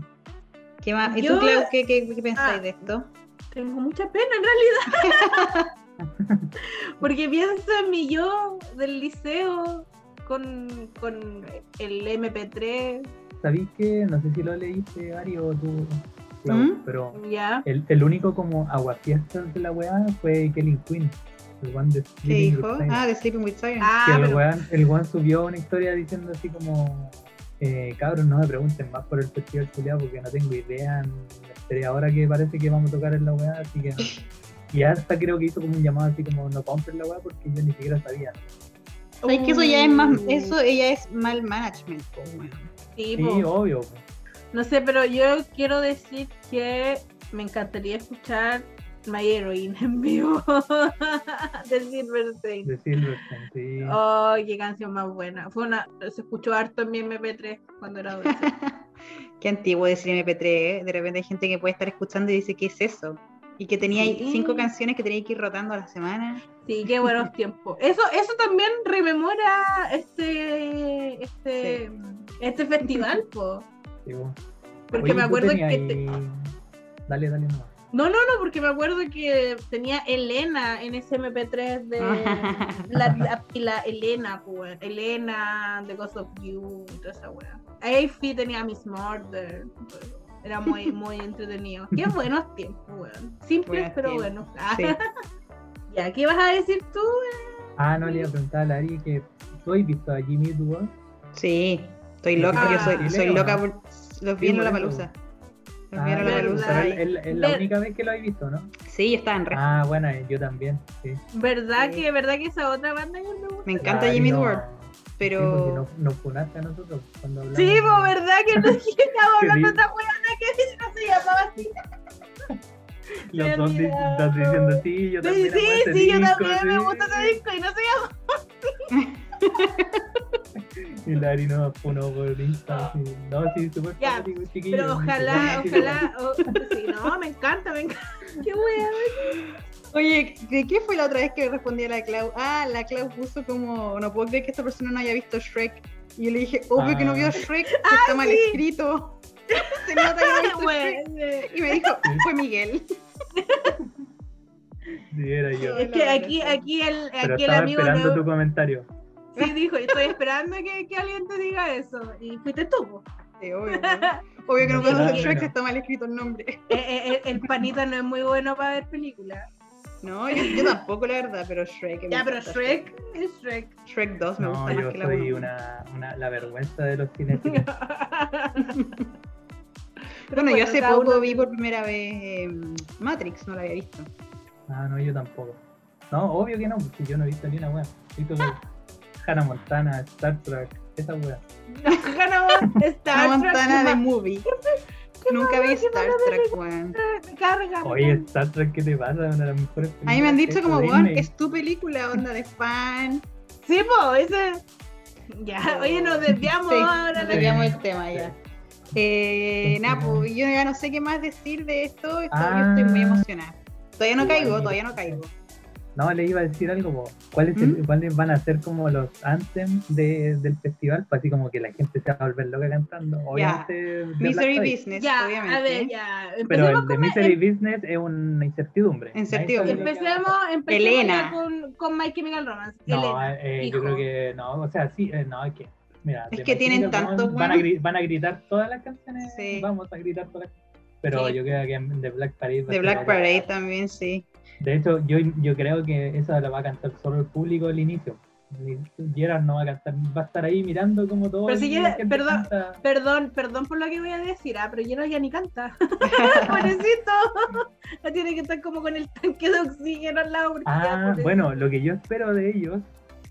[SPEAKER 1] ¿qué más? ¿Y tú,
[SPEAKER 2] Yo-
[SPEAKER 1] Clau, qué, qué, qué pensáis
[SPEAKER 2] Ah.
[SPEAKER 1] de esto?
[SPEAKER 2] Tengo mucha pena en realidad. Porque pienso en mi yo del liceo con, con el MP3,
[SPEAKER 3] ¿Sabís que? No sé si lo leíste, Ari, o tú, Clau,
[SPEAKER 1] ¿Mm?
[SPEAKER 3] pero
[SPEAKER 2] ya.
[SPEAKER 3] el, el único como aguafiestas de la weá fue Kelly Quinn. El one de
[SPEAKER 1] ¿Qué
[SPEAKER 3] Sleeping
[SPEAKER 1] dijo?
[SPEAKER 3] With Siren.
[SPEAKER 1] Ah, de Sleeping with Sirens.
[SPEAKER 3] que
[SPEAKER 2] Ah,
[SPEAKER 3] el,
[SPEAKER 2] pero
[SPEAKER 3] weón, el weón subió una historia diciendo así como eh, cabros no me pregunten más por el festival culiado porque no tengo idea me enteré ahora que parece que vamos a tocar en la weá así que no. y hasta creo que hizo como un llamado así como no compren la weá porque yo ni siquiera sabía
[SPEAKER 2] Ah,
[SPEAKER 1] ¿Sabes que eso ya es más,
[SPEAKER 2] mm.
[SPEAKER 1] eso ella es mal management, po, weón.
[SPEAKER 2] sí,
[SPEAKER 3] sí,
[SPEAKER 2] po.
[SPEAKER 3] obvio po.
[SPEAKER 2] No sé, pero yo quiero decir que me encantaría escuchar My Heroine en vivo de Silverstein.
[SPEAKER 3] de Silverstone sí
[SPEAKER 2] Oh, qué canción más buena. Fue una, se escuchó harto en mi MP3 cuando era adolescente.
[SPEAKER 1] Qué antiguo decir MP3, ¿eh? de repente hay gente que puede estar escuchando y dice, ¿qué es eso? Y que tenía ahí
[SPEAKER 2] Sí.
[SPEAKER 1] cinco canciones que tenía que ir rotando a la semana.
[SPEAKER 2] Sí, qué buenos tiempos. Eso, eso también rememora este, este, este festival, po.
[SPEAKER 3] sí, po.
[SPEAKER 2] Porque
[SPEAKER 3] Oye,
[SPEAKER 2] me
[SPEAKER 3] ¿tú
[SPEAKER 2] acuerdo que
[SPEAKER 3] tenías
[SPEAKER 2] te-
[SPEAKER 3] ahí- dale dale no
[SPEAKER 2] No, no, no, porque me acuerdo que tenía Elena en ese MP3 de la, la pila Elena, po, weón. Elena, The Ghost of You, y toda esa weá. Afi tenía Miss Murder. Era muy, muy entretenido. Qué buenos tiempos, weón.
[SPEAKER 1] Buenos
[SPEAKER 2] Simples, pero
[SPEAKER 1] tiempos,
[SPEAKER 2] buenos. Ah,
[SPEAKER 1] Sí.
[SPEAKER 2] Ya, ¿qué vas a decir tú?
[SPEAKER 3] ah no le iba a preguntar a la Ari que tú has visto a Jimmy Duval
[SPEAKER 1] Sí, estoy loca, yo soy,
[SPEAKER 2] Ah.
[SPEAKER 1] soy loca por los vi en
[SPEAKER 3] Sí,
[SPEAKER 1] la
[SPEAKER 3] bueno.
[SPEAKER 1] palusa. Los vi
[SPEAKER 3] Ah,
[SPEAKER 1] en la
[SPEAKER 2] verdad.
[SPEAKER 1] palusa.
[SPEAKER 3] es es- es la
[SPEAKER 2] Ver-
[SPEAKER 3] única vez que lo has visto no
[SPEAKER 1] Sí, yo estaba en re.
[SPEAKER 3] ah bueno eh, yo también sí
[SPEAKER 2] ¿Verdad
[SPEAKER 1] Sí.
[SPEAKER 2] que, verdad que esa otra banda yo no me gusta?
[SPEAKER 1] Me encanta
[SPEAKER 3] Ay,
[SPEAKER 1] Jimmy
[SPEAKER 3] no.
[SPEAKER 1] Dore.
[SPEAKER 3] Sí, porque
[SPEAKER 1] Pero.
[SPEAKER 3] no- nos funaste a nosotros cuando hablamos.
[SPEAKER 2] Sí,
[SPEAKER 3] de-
[SPEAKER 2] pues, ¿verdad? Que no que estaba
[SPEAKER 3] Qué
[SPEAKER 2] hablando
[SPEAKER 3] rico.
[SPEAKER 2] de esta weá de que no se llamaba así.
[SPEAKER 3] Los dos di-
[SPEAKER 2] Mira.
[SPEAKER 3] estás diciendo sí, yo
[SPEAKER 2] Sí,
[SPEAKER 3] también. amo
[SPEAKER 2] sí,
[SPEAKER 3] este
[SPEAKER 2] sí, yo
[SPEAKER 3] disco,
[SPEAKER 2] también me
[SPEAKER 3] sí".
[SPEAKER 2] gusta ese disco y no se llama.
[SPEAKER 3] Y Lari nos apunó por Insta. así, No, sí, súper
[SPEAKER 2] Ya,
[SPEAKER 3] fanático, chiquillo,
[SPEAKER 2] Pero
[SPEAKER 3] mucho
[SPEAKER 2] ojalá,
[SPEAKER 3] fanático.
[SPEAKER 2] ojalá. o- Sí, no, me encanta, me encanta. Qué wea.
[SPEAKER 1] Oye, ¿de qué fue la otra vez que respondí a la Clau? Ah, la Clau puso como, no puedo creer que esta persona no haya visto Shrek. Y yo le dije, obvio que no vio
[SPEAKER 3] Ah.
[SPEAKER 1] Shrek, que está mal
[SPEAKER 2] sí.
[SPEAKER 1] escrito. Se nota que no ha visto Shrek.
[SPEAKER 2] wea.
[SPEAKER 1] Y me dijo, fue Miguel.
[SPEAKER 3] Sí, era yo.
[SPEAKER 2] Es que aquí, Eh, aquí el,
[SPEAKER 3] Pero
[SPEAKER 2] aquí el
[SPEAKER 3] estaba
[SPEAKER 2] amigo
[SPEAKER 3] esperando
[SPEAKER 2] no-
[SPEAKER 3] tu comentario.
[SPEAKER 2] sí dijo, estoy esperando que, que alguien te diga eso. Y fuiste tú. po.
[SPEAKER 1] Sí, obvio. ¿no? Obvio que no puedo
[SPEAKER 2] No,
[SPEAKER 1] ver
[SPEAKER 2] no.
[SPEAKER 1] Shrek, que está mal escrito el nombre.
[SPEAKER 2] Eh, eh, eh, el panita no es muy bueno para ver películas.
[SPEAKER 1] No, yo, yo tampoco, la verdad, pero Shrek. me
[SPEAKER 2] Ya, pero
[SPEAKER 1] encanta
[SPEAKER 2] Shrek es Shrek.
[SPEAKER 1] Shrek 2 me
[SPEAKER 3] No,
[SPEAKER 1] gusta más
[SPEAKER 3] yo
[SPEAKER 1] que la
[SPEAKER 3] soy
[SPEAKER 1] 1.
[SPEAKER 3] una, una, la vergüenza de los cinéfilos.
[SPEAKER 1] Bueno, yo hace
[SPEAKER 2] cada
[SPEAKER 1] poco
[SPEAKER 2] uno-
[SPEAKER 1] vi por primera vez eh, Matrix, no la había visto.
[SPEAKER 3] Ah, no, yo tampoco. No, obvio que no, porque yo no he visto ni una wea. He visto que Hannah Montana, Star Trek, esa wea.
[SPEAKER 2] Ganó Star
[SPEAKER 1] Una
[SPEAKER 2] Trek,
[SPEAKER 1] montana de
[SPEAKER 2] ma-
[SPEAKER 1] movie. Nunca vi Star Trek, weón.
[SPEAKER 2] me carga. me
[SPEAKER 3] Oye, Star Trek, ¿qué te pasa? Una de las mejores
[SPEAKER 1] A mí me han
[SPEAKER 3] películas
[SPEAKER 1] dicho
[SPEAKER 3] que
[SPEAKER 1] como,
[SPEAKER 3] hizo
[SPEAKER 1] weón,
[SPEAKER 3] Disney.
[SPEAKER 1] es tu película, onda de fan.
[SPEAKER 2] carga. Sí, po, ese. Ya, oye, nos desviamos
[SPEAKER 1] Sí,
[SPEAKER 2] ahora.
[SPEAKER 1] nos
[SPEAKER 2] la-
[SPEAKER 1] desviamos el tema ya. Eh, nada, pues yo ya no sé qué más decir de esto, esto- yo estoy muy
[SPEAKER 3] Ah.
[SPEAKER 1] emocionada. Todavía no
[SPEAKER 3] Sí,
[SPEAKER 1] caigo,
[SPEAKER 3] amigo.
[SPEAKER 1] todavía no caigo.
[SPEAKER 3] No, le iba a decir algo como, ¿cuáles,
[SPEAKER 1] ¿Mm?
[SPEAKER 3] el- ¿cuáles van a ser como los anthems de, del festival? Pues así como que la gente se va a volver loca cantando. Obviamente, de
[SPEAKER 1] Misery
[SPEAKER 3] Black Sabbath.
[SPEAKER 1] Business,
[SPEAKER 2] Ya,
[SPEAKER 1] obviamente.
[SPEAKER 2] a ver, ya.
[SPEAKER 3] Pero
[SPEAKER 2] Empecemos
[SPEAKER 3] el
[SPEAKER 2] con
[SPEAKER 3] de Misery Business es una incertidumbre. Nadie sabe
[SPEAKER 1] Incertidumbre.
[SPEAKER 3] lo que va a pasar.
[SPEAKER 2] Empecemos, empecemos
[SPEAKER 1] Elena.
[SPEAKER 2] ya con, con My Chemical Romance.
[SPEAKER 3] No,
[SPEAKER 2] Elena.
[SPEAKER 3] eh, yo
[SPEAKER 2] hijo.
[SPEAKER 3] creo que no, o sea, sí, eh, no, es que, mira,
[SPEAKER 1] Es
[SPEAKER 3] de
[SPEAKER 1] que
[SPEAKER 3] My
[SPEAKER 1] tienen
[SPEAKER 3] Chemical
[SPEAKER 1] tantos
[SPEAKER 3] Romance van, a
[SPEAKER 1] buenos.
[SPEAKER 3] gri- van a gritar todas las canciones,
[SPEAKER 1] Sí.
[SPEAKER 3] vamos a gritar todas las pero
[SPEAKER 1] Sí.
[SPEAKER 3] yo creo que en- de Black Parade. va a
[SPEAKER 1] de
[SPEAKER 3] ser
[SPEAKER 1] Black
[SPEAKER 3] otra.
[SPEAKER 1] Parade también, sí.
[SPEAKER 3] De hecho, yo, yo creo que esa la va a cantar solo el público al inicio. Ni- Gerard no va a cantar, va a estar ahí mirando como todo.
[SPEAKER 2] Pero
[SPEAKER 3] el-
[SPEAKER 2] si
[SPEAKER 3] la
[SPEAKER 2] Gerard-
[SPEAKER 3] gente
[SPEAKER 2] perdón.
[SPEAKER 3] canta.
[SPEAKER 2] Perdón, perdón por lo que voy a decir, ah, pero Gerard ya ni canta. Pobrecito. No tiene que estar como con el tanque de oxígeno al lado. porque ya,
[SPEAKER 3] Ah,
[SPEAKER 1] pues,
[SPEAKER 2] pobrecito.
[SPEAKER 3] bueno, lo que yo espero de ellos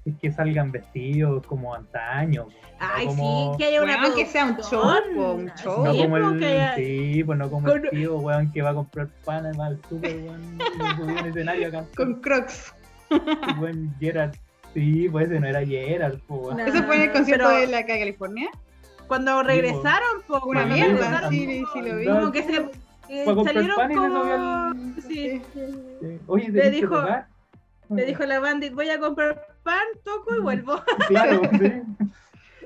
[SPEAKER 3] es que salgan vestidos como antaño. no
[SPEAKER 2] Ay,
[SPEAKER 3] como-
[SPEAKER 2] sí, que haya una
[SPEAKER 1] Bueno, que sea un show,
[SPEAKER 2] producción.
[SPEAKER 1] po, un show.
[SPEAKER 3] No
[SPEAKER 2] Sí,
[SPEAKER 3] como
[SPEAKER 2] po, que
[SPEAKER 3] el,
[SPEAKER 2] haya-
[SPEAKER 3] sí, pues no como
[SPEAKER 2] Con-
[SPEAKER 3] el tío, weón, que va a comprar pan, va al super, weón, y subió un escenario acá.
[SPEAKER 2] Ah,
[SPEAKER 1] Con Crocs.
[SPEAKER 3] Buen Gerard. Sí, pues ese no era Gerard, po, weón.
[SPEAKER 2] No.
[SPEAKER 1] ¿Eso fue en el concierto
[SPEAKER 2] Pero-
[SPEAKER 1] de la Calle California?
[SPEAKER 2] Cuando regresaron, po,
[SPEAKER 1] Una
[SPEAKER 2] cuando
[SPEAKER 3] Sí,
[SPEAKER 1] mierda,
[SPEAKER 2] regresaron,
[SPEAKER 3] andaba-
[SPEAKER 1] sí, sí lo vi.
[SPEAKER 3] andaba-
[SPEAKER 2] Como que se eh,
[SPEAKER 3] Fue a comprar
[SPEAKER 2] salieron
[SPEAKER 3] pan y se subió
[SPEAKER 2] como...
[SPEAKER 3] al-
[SPEAKER 2] Sí.
[SPEAKER 3] Sí. Oye,
[SPEAKER 2] Le
[SPEAKER 3] ¿te
[SPEAKER 2] dijo-
[SPEAKER 3] dijo, tocar?
[SPEAKER 2] Le dijo la bandit, voy a comprar pan, toco y vuelvo.
[SPEAKER 3] Claro, sí,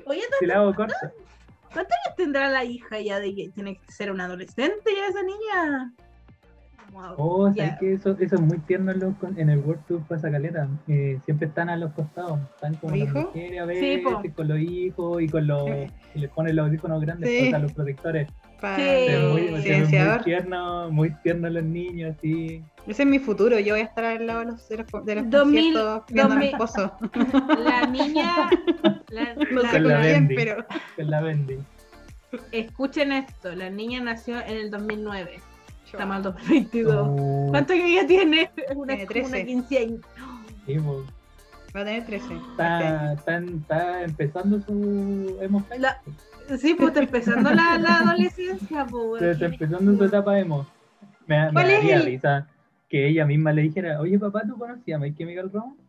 [SPEAKER 2] Oye,
[SPEAKER 3] se la hago corta.
[SPEAKER 2] tendrá la hija ya de que tiene que ser una adolescente ya esa niña? Wow.
[SPEAKER 3] Oh, ¿sabes
[SPEAKER 2] Ya.
[SPEAKER 3] que eso, eso es muy tierno en, los con- en el World Tour pasa caleta. Eh, siempre están a los costados, están como las
[SPEAKER 1] ¿Hijo?
[SPEAKER 3] mujeres a
[SPEAKER 2] Sí,
[SPEAKER 3] veces,
[SPEAKER 2] po.
[SPEAKER 3] con los hijos y con los... Y les ponen los audífonos grandes,
[SPEAKER 1] Sí.
[SPEAKER 3] pues, a los protectores.
[SPEAKER 1] Para
[SPEAKER 2] Sí.
[SPEAKER 3] Se ven muy,
[SPEAKER 1] el
[SPEAKER 3] se ven
[SPEAKER 1] silenciador.
[SPEAKER 3] muy tierno, muy tierno los niños, sí.
[SPEAKER 1] Ese es mi futuro, yo voy a estar al lado de los, de los, de los
[SPEAKER 2] 2000,
[SPEAKER 1] conciertos viendo a mi
[SPEAKER 2] 2000.
[SPEAKER 1] esposo.
[SPEAKER 2] La niña, la-
[SPEAKER 1] No
[SPEAKER 2] la-
[SPEAKER 1] sé
[SPEAKER 3] Con la
[SPEAKER 1] con quién,
[SPEAKER 3] Bendy.
[SPEAKER 1] pero...
[SPEAKER 3] Con la Bendy.
[SPEAKER 2] escuchen esto, la niña nació en el 2009, estamos al 2022.
[SPEAKER 3] Uh,
[SPEAKER 2] ¿Cuánto que ella tiene? Es Una,
[SPEAKER 1] Tiene
[SPEAKER 2] es como
[SPEAKER 1] 13.
[SPEAKER 2] una quinceañera.
[SPEAKER 3] sí, po.
[SPEAKER 1] Va a tener 13.
[SPEAKER 3] está, está, está empezando su emo phase.
[SPEAKER 2] La- Sí, pues está empezando la, la adolescencia, pues.
[SPEAKER 3] Se está empezando su etapa emo. Me, da- me
[SPEAKER 1] ¿Cuál es
[SPEAKER 3] daría
[SPEAKER 1] el-
[SPEAKER 3] risa que ella misma le dijera, oye papá, ¿tú conocías a My Chemical Romance?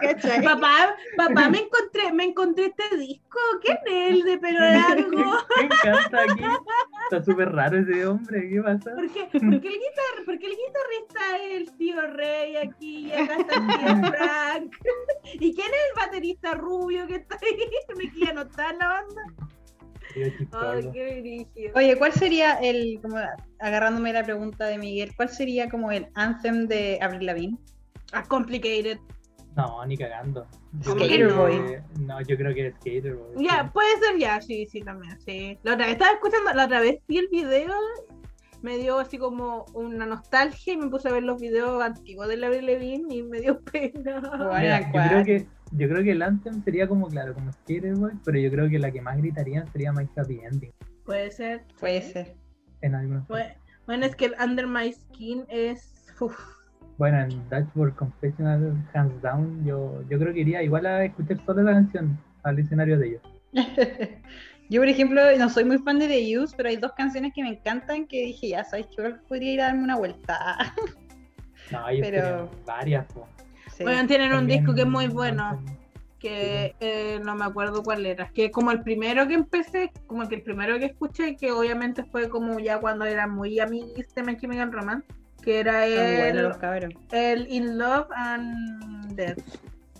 [SPEAKER 1] ¿Cachai?
[SPEAKER 2] Papá, papá, me encontré, me encontré este disco. ¿Quién es el de pelo largo?
[SPEAKER 3] Me encanta aquí. Está súper raro ese hombre, ¿qué pasa?
[SPEAKER 2] ¿Por qué, por qué el, guitar- por qué el guitarrista es el tío Rey aquí y acá está el tío Frank? ¿Y quién es el baterista rubio que está ahí? Me quería anotar la banda.
[SPEAKER 3] Era chistoso.
[SPEAKER 2] Ay, qué brígido.
[SPEAKER 1] Oye, ¿cuál sería el, como agarrándome la pregunta de Miguel, cuál sería como el anthem de Avril Lavigne?
[SPEAKER 2] Ah, complicated.
[SPEAKER 3] No, ni cagando. Yo
[SPEAKER 1] Skater
[SPEAKER 3] creo que-
[SPEAKER 1] Boy.
[SPEAKER 3] No, yo creo que es Skater Boy.
[SPEAKER 2] Ya,
[SPEAKER 3] sí.
[SPEAKER 2] puede ser ya, sí, sí, también, sí. La otra vez estaba escuchando, la otra vez vi el video, me dio así como una nostalgia y me puse a ver los videos antiguos de Larry Levine y me dio pena.
[SPEAKER 1] Guau.
[SPEAKER 3] Mira,
[SPEAKER 1] Era
[SPEAKER 3] yo, creo
[SPEAKER 1] cual.
[SPEAKER 3] que, yo creo que el anthem sería como, claro, como Skater Boy, pero yo creo que la que más gritarían sería My Happy Ending.
[SPEAKER 2] Puede ser.
[SPEAKER 1] Puede ser.
[SPEAKER 3] En algunos.
[SPEAKER 2] Bueno, bueno, es que el Under My Skin es... uf,
[SPEAKER 3] Bueno, en Dashboard Confessional, hands down, yo, yo creo que iría igual a escuchar solo la canción al escenario de ellos.
[SPEAKER 1] Yo, por ejemplo, no soy muy fan de The Use, pero hay dos canciones que me encantan que dije, ya sabes que podría ir a darme una vuelta.
[SPEAKER 3] No, ellos
[SPEAKER 1] Pero-
[SPEAKER 3] tienen varias. po.
[SPEAKER 1] Sí.
[SPEAKER 2] Bueno, tienen un
[SPEAKER 3] Este, También
[SPEAKER 2] disco que es muy bueno,
[SPEAKER 3] hacen-
[SPEAKER 2] que eh, no me acuerdo cuál era, que es como el primero que empecé, como que el primero que escuché, que obviamente fue como ya cuando era muy amiguista de My Chemical Romance, que era
[SPEAKER 3] Ah,
[SPEAKER 1] Son buenos
[SPEAKER 2] el,
[SPEAKER 1] los cabros.
[SPEAKER 2] el In Love and Death,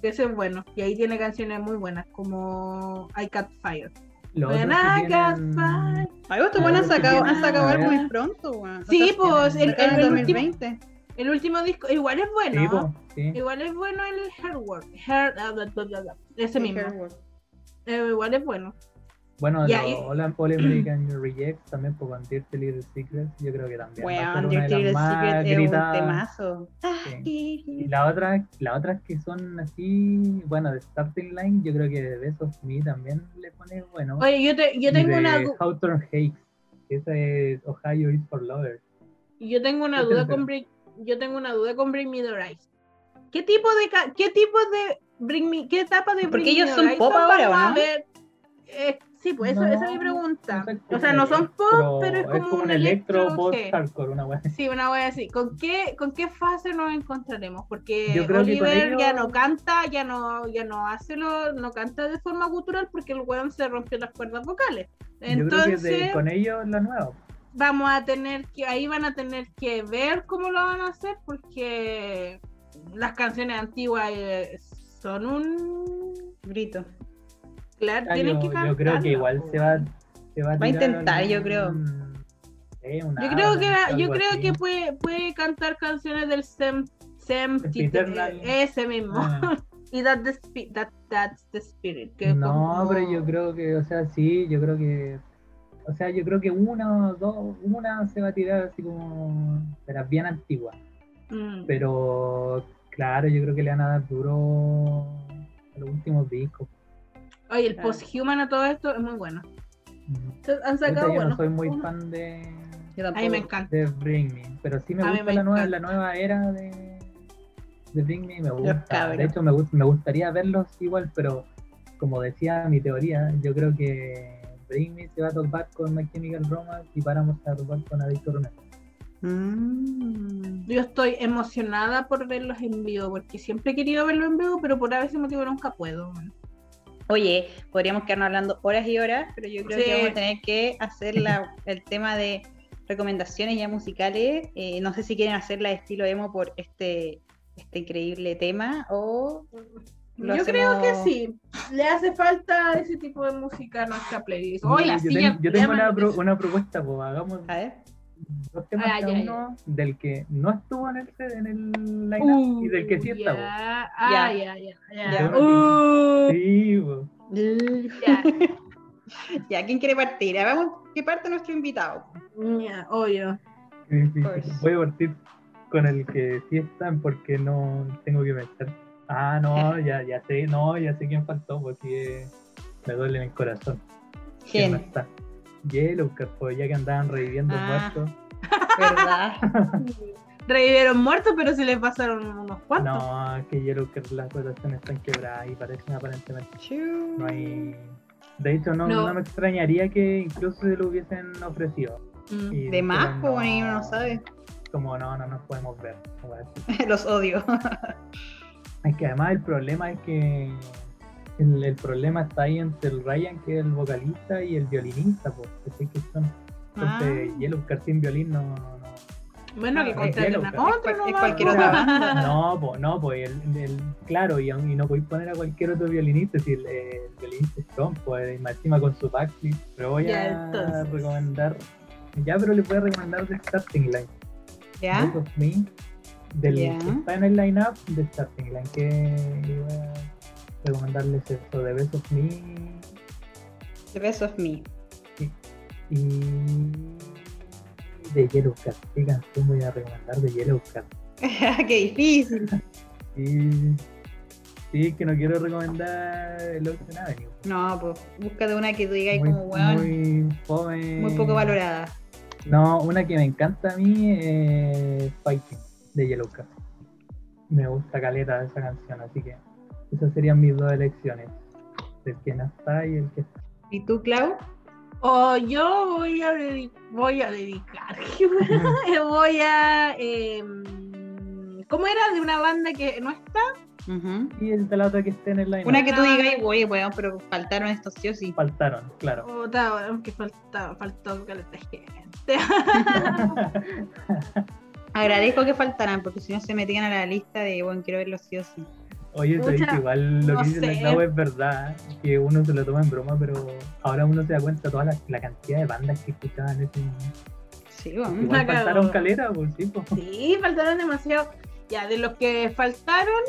[SPEAKER 2] que ese es bueno, y ahí tiene canciones muy buenas, como I Cat Fire.
[SPEAKER 3] Los otros
[SPEAKER 2] When
[SPEAKER 3] que
[SPEAKER 2] I Got
[SPEAKER 3] tienen-
[SPEAKER 2] Fire.
[SPEAKER 1] Ay, vos, bueno, han
[SPEAKER 3] Claro,
[SPEAKER 1] sacado,
[SPEAKER 3] porque
[SPEAKER 1] han sacado
[SPEAKER 3] tienen-
[SPEAKER 1] álbumes pronto, weón. O
[SPEAKER 2] Sí,
[SPEAKER 1] sea,
[SPEAKER 2] pues el,
[SPEAKER 1] sacaron
[SPEAKER 2] el
[SPEAKER 1] en
[SPEAKER 2] último,
[SPEAKER 1] 2020.
[SPEAKER 2] el último disco, igual es
[SPEAKER 3] Sí, pues.
[SPEAKER 2] bueno, ¿ah?
[SPEAKER 3] po, sí.
[SPEAKER 2] igual es bueno el Hard Work, Hard- ah, bla, bla, bla, bla, ese mismo,
[SPEAKER 1] Hairwork.
[SPEAKER 2] Eh, igual es bueno.
[SPEAKER 3] Bueno,
[SPEAKER 2] Y
[SPEAKER 3] los
[SPEAKER 2] ahí-
[SPEAKER 3] All, Am- All American Rejects también, pues con Dirty Little Secrets, yo creo que también. va a ser
[SPEAKER 1] Weón,
[SPEAKER 3] una de
[SPEAKER 1] Dirty
[SPEAKER 3] las
[SPEAKER 1] Little
[SPEAKER 3] más
[SPEAKER 1] Secret es un
[SPEAKER 3] gritadas.
[SPEAKER 1] temazo.
[SPEAKER 3] Y la otra, la otra que son así, bueno, de Starting Line, yo creo que de esos Me también le pone bueno.
[SPEAKER 2] Oye, yo, te- yo
[SPEAKER 3] Y
[SPEAKER 2] tengo
[SPEAKER 3] de
[SPEAKER 2] una du-
[SPEAKER 3] Hawthorne Hakes, que esa es Ohio is for Lovers.
[SPEAKER 2] yo tengo una
[SPEAKER 3] Yo
[SPEAKER 2] duda
[SPEAKER 3] tengo.
[SPEAKER 2] con Bring, yo tengo una duda con Bring Me the Horizon. ¿Qué tipo de ca- qué tipo de Bring Me qué etapa de
[SPEAKER 1] Porque
[SPEAKER 2] Bring Me
[SPEAKER 1] ellos
[SPEAKER 2] the
[SPEAKER 1] son
[SPEAKER 2] Horizon
[SPEAKER 1] pop ahora, ¿o
[SPEAKER 2] vamos a
[SPEAKER 1] no?
[SPEAKER 2] ver? Eh, sí, pues eso,
[SPEAKER 3] No,
[SPEAKER 2] esa es mi pregunta.
[SPEAKER 3] Entonces,
[SPEAKER 2] o sea, no son pop, pero es como,
[SPEAKER 3] un electro pop
[SPEAKER 2] ¿qué?
[SPEAKER 3] hardcore, una wea.
[SPEAKER 2] Sí, una wea así. ¿Con qué, ¿Con qué fase nos encontraremos? Porque
[SPEAKER 3] Yo creo que con
[SPEAKER 2] Oliver ya
[SPEAKER 3] ellos-
[SPEAKER 2] no canta, ya no, ya no hace lo, no canta de forma cultural porque el weón se rompió las cuerdas vocales. Entonces,
[SPEAKER 3] yo creo que de- con ellos la nueva.
[SPEAKER 2] vamos a tener que, ahí van a tener que ver cómo lo van a hacer porque las canciones antiguas eh, son un
[SPEAKER 1] Grito.
[SPEAKER 2] claro,
[SPEAKER 3] Ah,
[SPEAKER 2] tienen
[SPEAKER 3] yo,
[SPEAKER 2] que
[SPEAKER 3] yo
[SPEAKER 2] cantar.
[SPEAKER 3] creo que igual se va, se va, a
[SPEAKER 1] Va a
[SPEAKER 3] tirar
[SPEAKER 1] intentar, yo creo.
[SPEAKER 3] eh, una
[SPEAKER 2] Yo creo que va-
[SPEAKER 3] Adam,
[SPEAKER 2] yo
[SPEAKER 3] algo
[SPEAKER 2] creo
[SPEAKER 3] así.
[SPEAKER 2] que puede, puede cantar canciones del Sem Sem eh,
[SPEAKER 3] El Eternal.
[SPEAKER 2] ese mismo.
[SPEAKER 3] Ah,
[SPEAKER 2] Y that the spi- that, that's the spirit. que
[SPEAKER 3] no,
[SPEAKER 2] como-
[SPEAKER 3] pero yo creo que, o sea, sí, yo creo que. O sea, yo creo que una o dos, una se va a tirar así como. de las bien antiguas.
[SPEAKER 2] Mm.
[SPEAKER 3] Pero, claro, yo creo que le van a dar duro a los últimos discos.
[SPEAKER 2] Oye, el
[SPEAKER 3] Ah.
[SPEAKER 1] Claro.
[SPEAKER 2] post-human a todo esto es muy bueno.
[SPEAKER 3] Ujú.
[SPEAKER 2] Se- Han
[SPEAKER 3] Puta,
[SPEAKER 2] sacado
[SPEAKER 3] yo
[SPEAKER 2] bueno.
[SPEAKER 3] no soy muy
[SPEAKER 2] uno-
[SPEAKER 3] fan de,
[SPEAKER 1] Yo
[SPEAKER 2] A
[SPEAKER 1] tampoco.
[SPEAKER 2] mí me encanta.
[SPEAKER 3] de Bring Me, pero sí me
[SPEAKER 2] A mí
[SPEAKER 3] gusta
[SPEAKER 2] me
[SPEAKER 3] la, nueva,
[SPEAKER 2] encanta.
[SPEAKER 3] la nueva era de, de Bring Me. Me gusta.
[SPEAKER 1] cabros.
[SPEAKER 3] De hecho, me, gust- me gustaría verlos igual, pero como decía mi teoría, yo creo que Bring Me se va a topar con My Chemical Romance y paramos a topar con Adicto Romance.
[SPEAKER 1] Mm.
[SPEAKER 2] Yo estoy emocionada por verlos en vivo, porque siempre he querido verlos en vivo, pero por a veces motivo nunca puedo.
[SPEAKER 1] Oye, podríamos quedarnos hablando horas y horas, pero yo creo
[SPEAKER 2] Sí.
[SPEAKER 1] que vamos a tener que hacer la- el tema de recomendaciones ya musicales. Eh, no sé si quieren hacerla de estilo emo por este, este increíble tema o...
[SPEAKER 2] Yo
[SPEAKER 1] Lo
[SPEAKER 2] creo
[SPEAKER 1] hacemos-
[SPEAKER 2] que sí. Le hace falta ese tipo de música a nuestra playlist. Hoy la
[SPEAKER 3] yo,
[SPEAKER 2] silla
[SPEAKER 3] tengo, yo tengo
[SPEAKER 2] llama-
[SPEAKER 3] una, pro- una propuesta, pues hagamos
[SPEAKER 1] A ver.
[SPEAKER 3] dos temas
[SPEAKER 2] Ah,
[SPEAKER 3] cada
[SPEAKER 2] ya, ya.
[SPEAKER 3] uno del que no estuvo en el, en el line
[SPEAKER 2] Uh,
[SPEAKER 3] y del que sí está. pues.
[SPEAKER 2] ya. Ah,
[SPEAKER 1] Ya.
[SPEAKER 2] ya, ya, ya.
[SPEAKER 1] Ya.
[SPEAKER 2] Uh,
[SPEAKER 3] Sí, pues.
[SPEAKER 2] ya.
[SPEAKER 1] Mm. ya, ¿quién quiere partir? Ah, Vamos, que parte nuestro invitado.
[SPEAKER 2] Ya, obvio.
[SPEAKER 3] Qué difícil.
[SPEAKER 1] course.
[SPEAKER 3] Voy a partir con el que sí están porque no tengo que meter. Ah, no, ya, ya sé, no, ya sé quién faltó porque me duele en el corazón. ¿Quién no
[SPEAKER 1] ¿Quién?
[SPEAKER 3] está? Yellow, pues ya que andaban reviviendo
[SPEAKER 1] Ah.
[SPEAKER 3] muertos.
[SPEAKER 1] ¿Verdad?
[SPEAKER 2] Revivieron muertos, pero se les pasaron unos cuantos.
[SPEAKER 3] No, es que Yellow, las relaciones están quebradas y parecen aparentemente
[SPEAKER 1] Chu.
[SPEAKER 3] no hay. De hecho, no,
[SPEAKER 2] No.
[SPEAKER 3] no me extrañaría que incluso se lo hubiesen ofrecido.
[SPEAKER 2] Mm.
[SPEAKER 3] Y
[SPEAKER 1] De más,
[SPEAKER 3] dijeron,
[SPEAKER 1] pues, bueno, uno no sabe.
[SPEAKER 3] Como no, no nos podemos ver. o algo así.
[SPEAKER 1] Los odio.
[SPEAKER 3] Es que además el problema es que el, el problema está ahí entre el Ryan, que es el vocalista, y el violinista, pues, que son. Entonces,
[SPEAKER 1] Ah.
[SPEAKER 3] Yellowcard sin violín no. No,
[SPEAKER 2] Bueno,
[SPEAKER 3] Ah,
[SPEAKER 2] que
[SPEAKER 1] Es
[SPEAKER 2] contraten a
[SPEAKER 3] Yellowcard.
[SPEAKER 2] otro
[SPEAKER 1] Es cual- es
[SPEAKER 2] nomás,
[SPEAKER 1] cualquier
[SPEAKER 2] po.
[SPEAKER 1] otra banda.
[SPEAKER 3] no, pues, no, pues, el, el- claro, y, aún- y no podéis poner a cualquier otro violinista si el, el violinista es Tom, pues, y más encima con su backflip. Pero voy
[SPEAKER 2] Ya,
[SPEAKER 3] a
[SPEAKER 2] entonces.
[SPEAKER 3] recomendar. Ya, pero les voy a recomendar The Starting Line.
[SPEAKER 1] ¿Ya?
[SPEAKER 3] Both of Me, del
[SPEAKER 1] Ya.
[SPEAKER 3] que está en el line-up de Starting Line, que iba a recomendarles esto de Best of Me
[SPEAKER 1] The best of me.
[SPEAKER 3] y de Yellowcat. ¿Qué canción voy a recomendar de Yellowcat?
[SPEAKER 1] Qué difícil.
[SPEAKER 3] Sí, sí, que no quiero recomendar el Ocean Avenue.
[SPEAKER 1] No, pues búscate una que tú digas
[SPEAKER 3] Muy,
[SPEAKER 1] como weón,
[SPEAKER 3] muy fome.
[SPEAKER 1] muy, poco valorada.
[SPEAKER 3] No, una que me encanta a mí es Fighting de Yellowcat. me gusta caleta esa canción, así que esas serían mis dos elecciones. El que no está y el que está.
[SPEAKER 1] ¿Y tú, Clau?
[SPEAKER 2] O Oh, yo voy a, dedi- voy a dedicar. voy a. eh, ¿Cómo era? De una banda que no está.
[SPEAKER 1] Ujú.
[SPEAKER 3] Y el de la otra que esté en el line.
[SPEAKER 1] Una que tú digas, oye, weón, pero faltaron estos sí o sí.
[SPEAKER 3] Faltaron, claro.
[SPEAKER 2] Puta, aunque falta, faltó caleta de gente.
[SPEAKER 1] Agradezco que faltaran, porque si no se metían a la lista de, bueno, quiero verlos sí o sí.
[SPEAKER 3] Oye, sabes
[SPEAKER 2] Pucha,
[SPEAKER 3] que igual lo
[SPEAKER 2] no
[SPEAKER 3] que dice
[SPEAKER 2] sé.
[SPEAKER 3] la Clau es verdad, que uno se lo toma en broma, pero ahora uno se da cuenta toda la, la cantidad de bandas que escuchaban en ese momento.
[SPEAKER 1] Sí, weón.
[SPEAKER 3] Igual
[SPEAKER 2] La cagó.
[SPEAKER 3] faltaron calera, pues sí, pues.
[SPEAKER 2] Sí, faltaron demasiado. Ya, de los que faltaron,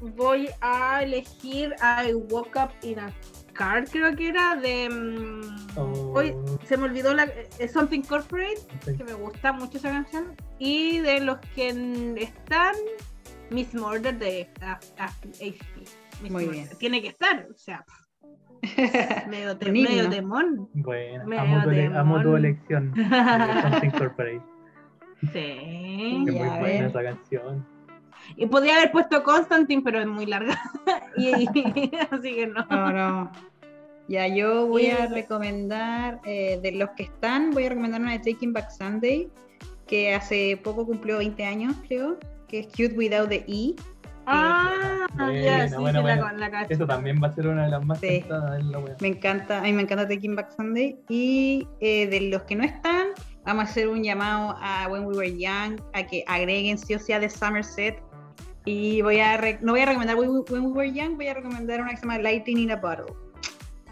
[SPEAKER 2] mm, voy a elegir I Woke Up in a Car, creo que era, de... mm,
[SPEAKER 3] O-
[SPEAKER 2] hoy- se me olvidó la... eh, Something Corporate, que me gusta mucho esa canción. Y de los que mm, están, Miss Murder de Af- Af- HP. Miss
[SPEAKER 1] Muy
[SPEAKER 2] Murder.
[SPEAKER 1] bien.
[SPEAKER 2] Tiene que estar, o sea, medio, te-
[SPEAKER 1] Un himno.
[SPEAKER 2] medio temón.
[SPEAKER 3] Bueno,
[SPEAKER 2] Me
[SPEAKER 3] amo tu, ele-
[SPEAKER 2] demon.
[SPEAKER 3] amo tu elección de Something Corporate.
[SPEAKER 2] Sí.
[SPEAKER 3] Es muy
[SPEAKER 1] Ya, a
[SPEAKER 3] buena
[SPEAKER 1] ver.
[SPEAKER 3] esa canción.
[SPEAKER 2] Y podía haber puesto Constantine, pero es muy larga. y, y- así que no.
[SPEAKER 1] No, no. Ya, yo voy a
[SPEAKER 2] Y-
[SPEAKER 1] recomendar, eh, de los que están, voy a recomendar una de Taking Back Sunday, que hace poco cumplió 20 años, creo, que es Cute Without the E.
[SPEAKER 2] Ah,
[SPEAKER 3] Bueno,
[SPEAKER 2] ya, sí,
[SPEAKER 3] bueno,
[SPEAKER 2] sí, la-
[SPEAKER 3] bueno.
[SPEAKER 2] la, cacho.
[SPEAKER 3] Eso también va a ser una de las más
[SPEAKER 1] Sí.
[SPEAKER 3] cantadas en la web.
[SPEAKER 1] Me encanta, a mí me encanta Taking Back Sunday. Y eh, de los que no están, vamos a hacer un llamado a When We Were Young, a que agreguen sí o sí a The Somerset. Y voy a re- no voy a recomendar When We, When We Were Young, voy a recomendar una que se llama Lightning in a Bottle.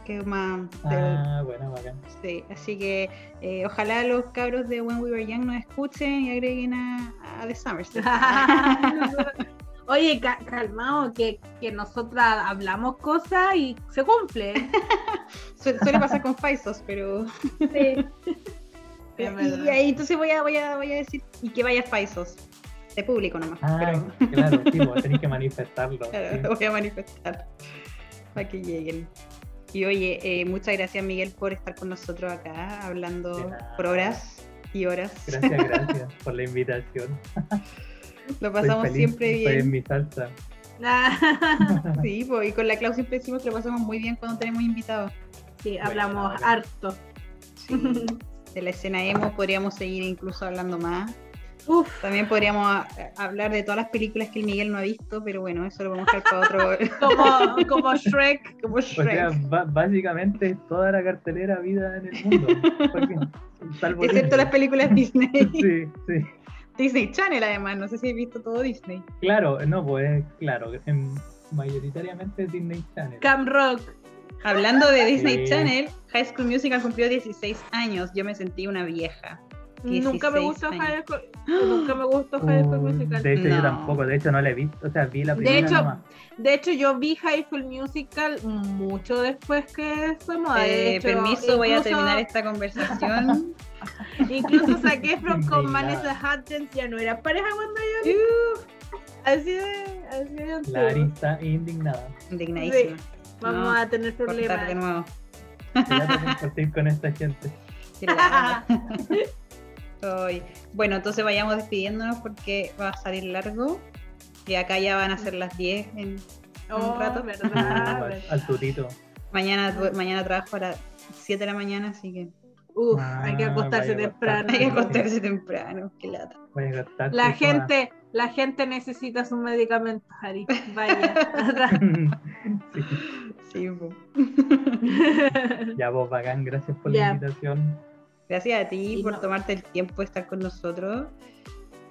[SPEAKER 1] Que es más de-
[SPEAKER 3] Ah, bueno, bacán.
[SPEAKER 1] Sí, así que eh, ojalá los cabros de When We Were Young nos escuchen y agreguen a, a The Somerset.
[SPEAKER 2] Oye, ca- calmao, que, que nosotras hablamos cosas y se cumple. ¿eh?
[SPEAKER 1] Su- suele pasar con Faisos, pero...
[SPEAKER 2] Sí.
[SPEAKER 1] Y,
[SPEAKER 2] Es verdad.
[SPEAKER 1] y ahí entonces voy a, voy, a, voy a decir, y que vaya Faisos, de público nomás,
[SPEAKER 3] Ah,
[SPEAKER 1] pero
[SPEAKER 3] claro, sí, vos tenés que manifestarlo.
[SPEAKER 1] claro, lo voy a manifestar para que lleguen. Y oye, eh, muchas gracias Miguel por estar con nosotros acá,
[SPEAKER 3] De
[SPEAKER 1] hablando
[SPEAKER 3] nada.
[SPEAKER 1] por horas y horas.
[SPEAKER 3] sí. Gracias, gracias por la invitación.
[SPEAKER 1] Lo
[SPEAKER 3] Estoy
[SPEAKER 1] pasamos
[SPEAKER 3] feliz,
[SPEAKER 1] siempre
[SPEAKER 3] estoy en
[SPEAKER 1] bien.
[SPEAKER 3] mi salsa.
[SPEAKER 2] Ah,
[SPEAKER 1] Sí, pues, y con la Clau siempre decimos que lo pasamos muy bien cuando tenemos invitados.
[SPEAKER 2] sí, hablamos
[SPEAKER 3] Bueno,
[SPEAKER 2] harto.
[SPEAKER 1] Sí. de la escena emo podríamos seguir incluso hablando más.
[SPEAKER 2] Uf,
[SPEAKER 1] También podríamos a- a- hablar de todas las películas que el Miguel no ha visto, pero bueno, eso lo vamos a dejar para otro
[SPEAKER 2] como, como Shrek.
[SPEAKER 1] como
[SPEAKER 3] O sea,
[SPEAKER 1] Shrek.
[SPEAKER 3] ba- básicamente es toda la cartelera vida en el mundo. Porque, salvo
[SPEAKER 1] Excepto las
[SPEAKER 3] Disney.
[SPEAKER 1] películas Disney.
[SPEAKER 3] Sí, sí.
[SPEAKER 1] Disney Channel además, no sé si he visto todo Disney.
[SPEAKER 3] Claro, no, pues claro, en- mayoritariamente es Disney Channel.
[SPEAKER 2] Cam Rock.
[SPEAKER 1] Hablando de Disney
[SPEAKER 3] Sí.
[SPEAKER 1] Channel, High School Musical cumplió 16 años, yo me sentí una vieja.
[SPEAKER 2] Nunca me
[SPEAKER 1] 16
[SPEAKER 2] gustó
[SPEAKER 1] años.
[SPEAKER 2] High School- Nunca me gustó High School
[SPEAKER 3] Uh,
[SPEAKER 2] Musical.
[SPEAKER 3] de hecho,
[SPEAKER 1] No.
[SPEAKER 3] yo tampoco, de hecho no la he visto, o sea, vi la
[SPEAKER 2] De
[SPEAKER 3] primera
[SPEAKER 2] hecho,
[SPEAKER 3] nomás.
[SPEAKER 2] De hecho, yo vi High School Musical mucho después que eso. ¿no? De
[SPEAKER 1] Eh,
[SPEAKER 2] hecho,
[SPEAKER 1] permiso, voy a
[SPEAKER 2] incluso-
[SPEAKER 1] terminar esta conversación.
[SPEAKER 2] Incluso saqué From con
[SPEAKER 3] Indignada.
[SPEAKER 2] Vanessa Hudgens, ya no era pareja cuando yo.
[SPEAKER 1] Uh.
[SPEAKER 2] Así de. Así de antiguo.
[SPEAKER 3] La Ari está indignada.
[SPEAKER 1] Indignadísima.
[SPEAKER 2] Vamos
[SPEAKER 1] No,
[SPEAKER 2] a tener
[SPEAKER 1] Cortar de
[SPEAKER 2] problemas.
[SPEAKER 1] nuevo.
[SPEAKER 3] Ya tengo que compartir con esta gente.
[SPEAKER 1] Qué
[SPEAKER 2] Ah,
[SPEAKER 1] lata. Ay, Bueno, entonces vayamos despidiéndonos porque va a salir largo. Y acá ya van a ser las 10. en-
[SPEAKER 2] Oh,
[SPEAKER 1] Un rato.
[SPEAKER 2] verdad,
[SPEAKER 3] Uh, al,
[SPEAKER 2] Ah, verdad.
[SPEAKER 3] al tutito.
[SPEAKER 2] Ah.
[SPEAKER 1] Mañana, tu- mañana trabajo a las 7 de la mañana, así que
[SPEAKER 2] Uf,
[SPEAKER 3] Ah,
[SPEAKER 2] hay que acostarse
[SPEAKER 3] vaya a
[SPEAKER 2] temprano.
[SPEAKER 1] hay que
[SPEAKER 3] Sí.
[SPEAKER 1] acostarse temprano. Qué lata.
[SPEAKER 3] Voy a gastar
[SPEAKER 2] La
[SPEAKER 3] tiempo más.
[SPEAKER 2] gente, la gente necesita su medicamento, Ari. Vaya.
[SPEAKER 3] Sí.
[SPEAKER 1] Sí, po.
[SPEAKER 3] Ya vos, bacán, gracias por
[SPEAKER 2] Ya.
[SPEAKER 3] la invitación.
[SPEAKER 1] Gracias a ti
[SPEAKER 2] Y
[SPEAKER 1] por
[SPEAKER 2] no-
[SPEAKER 1] tomarte el tiempo de estar con nosotros.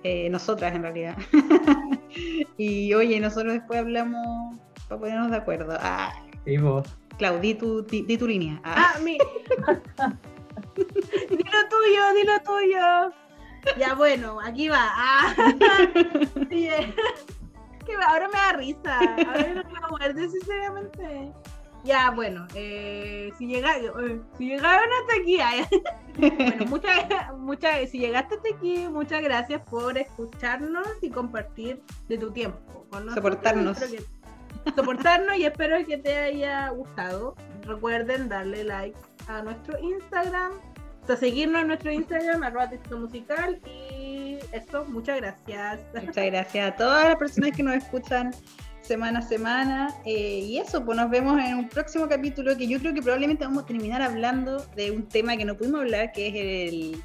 [SPEAKER 1] Eh, nosotras, en realidad. y oye, nosotros después hablamos para ponernos de acuerdo. Ah,
[SPEAKER 3] Y vos,
[SPEAKER 1] Clau, di tu, di, di tu línea. Ah.
[SPEAKER 2] Ah, mi. dilo tuyo, dilo tuyo. Ya bueno, aquí va. Ah. Sí, eh. que ahora me da risa. Ahora no puedo guardar sinceramente. Ya bueno, eh, si, llega- eh, si llegaron hasta aquí, ay, bueno, muchas, muchas, si llegaste hasta aquí, muchas gracias por escucharnos y compartir de tu tiempo. con nosotros.
[SPEAKER 1] Soportarnos.
[SPEAKER 2] Espero que- soportarnos y espero que te haya gustado. Recuerden darle like a nuestro Instagram, o sea, seguirnos en nuestro Instagram, arroba texto musical y Eso, muchas gracias.
[SPEAKER 1] Muchas gracias a todas las personas que nos escuchan semana a semana. Eh, y eso, pues nos vemos en un próximo capítulo que yo creo que probablemente vamos a terminar hablando de un tema que no pudimos hablar, que es el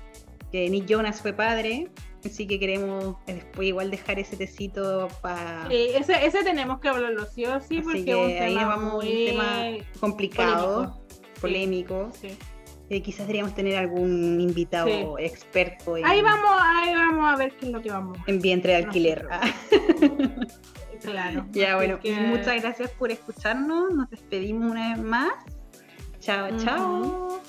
[SPEAKER 1] que Nick Jonas fue padre. Así que queremos eh, después igual dejar ese tecito para...
[SPEAKER 2] Sí, Eh, ese, ese tenemos que hablarlo sí o sí, porque
[SPEAKER 1] Ah. Así
[SPEAKER 2] es
[SPEAKER 1] que
[SPEAKER 2] un
[SPEAKER 1] ahí
[SPEAKER 2] tema
[SPEAKER 1] vamos a
[SPEAKER 2] muy-
[SPEAKER 1] un tema complicado, polémico.
[SPEAKER 2] Sí.
[SPEAKER 1] Eh, quizás deberíamos tener algún invitado experto en,
[SPEAKER 2] Ahí vamos, ahí vamos a ver qué es lo que vamos. a
[SPEAKER 1] en vientre de alquiler.
[SPEAKER 2] Nosotros.
[SPEAKER 1] Ah,
[SPEAKER 2] hacer, Claro.
[SPEAKER 1] ya, bueno,
[SPEAKER 2] que-
[SPEAKER 1] muchas gracias por escucharnos. Nos despedimos una vez más. Chao,
[SPEAKER 2] Ujú.
[SPEAKER 1] chao.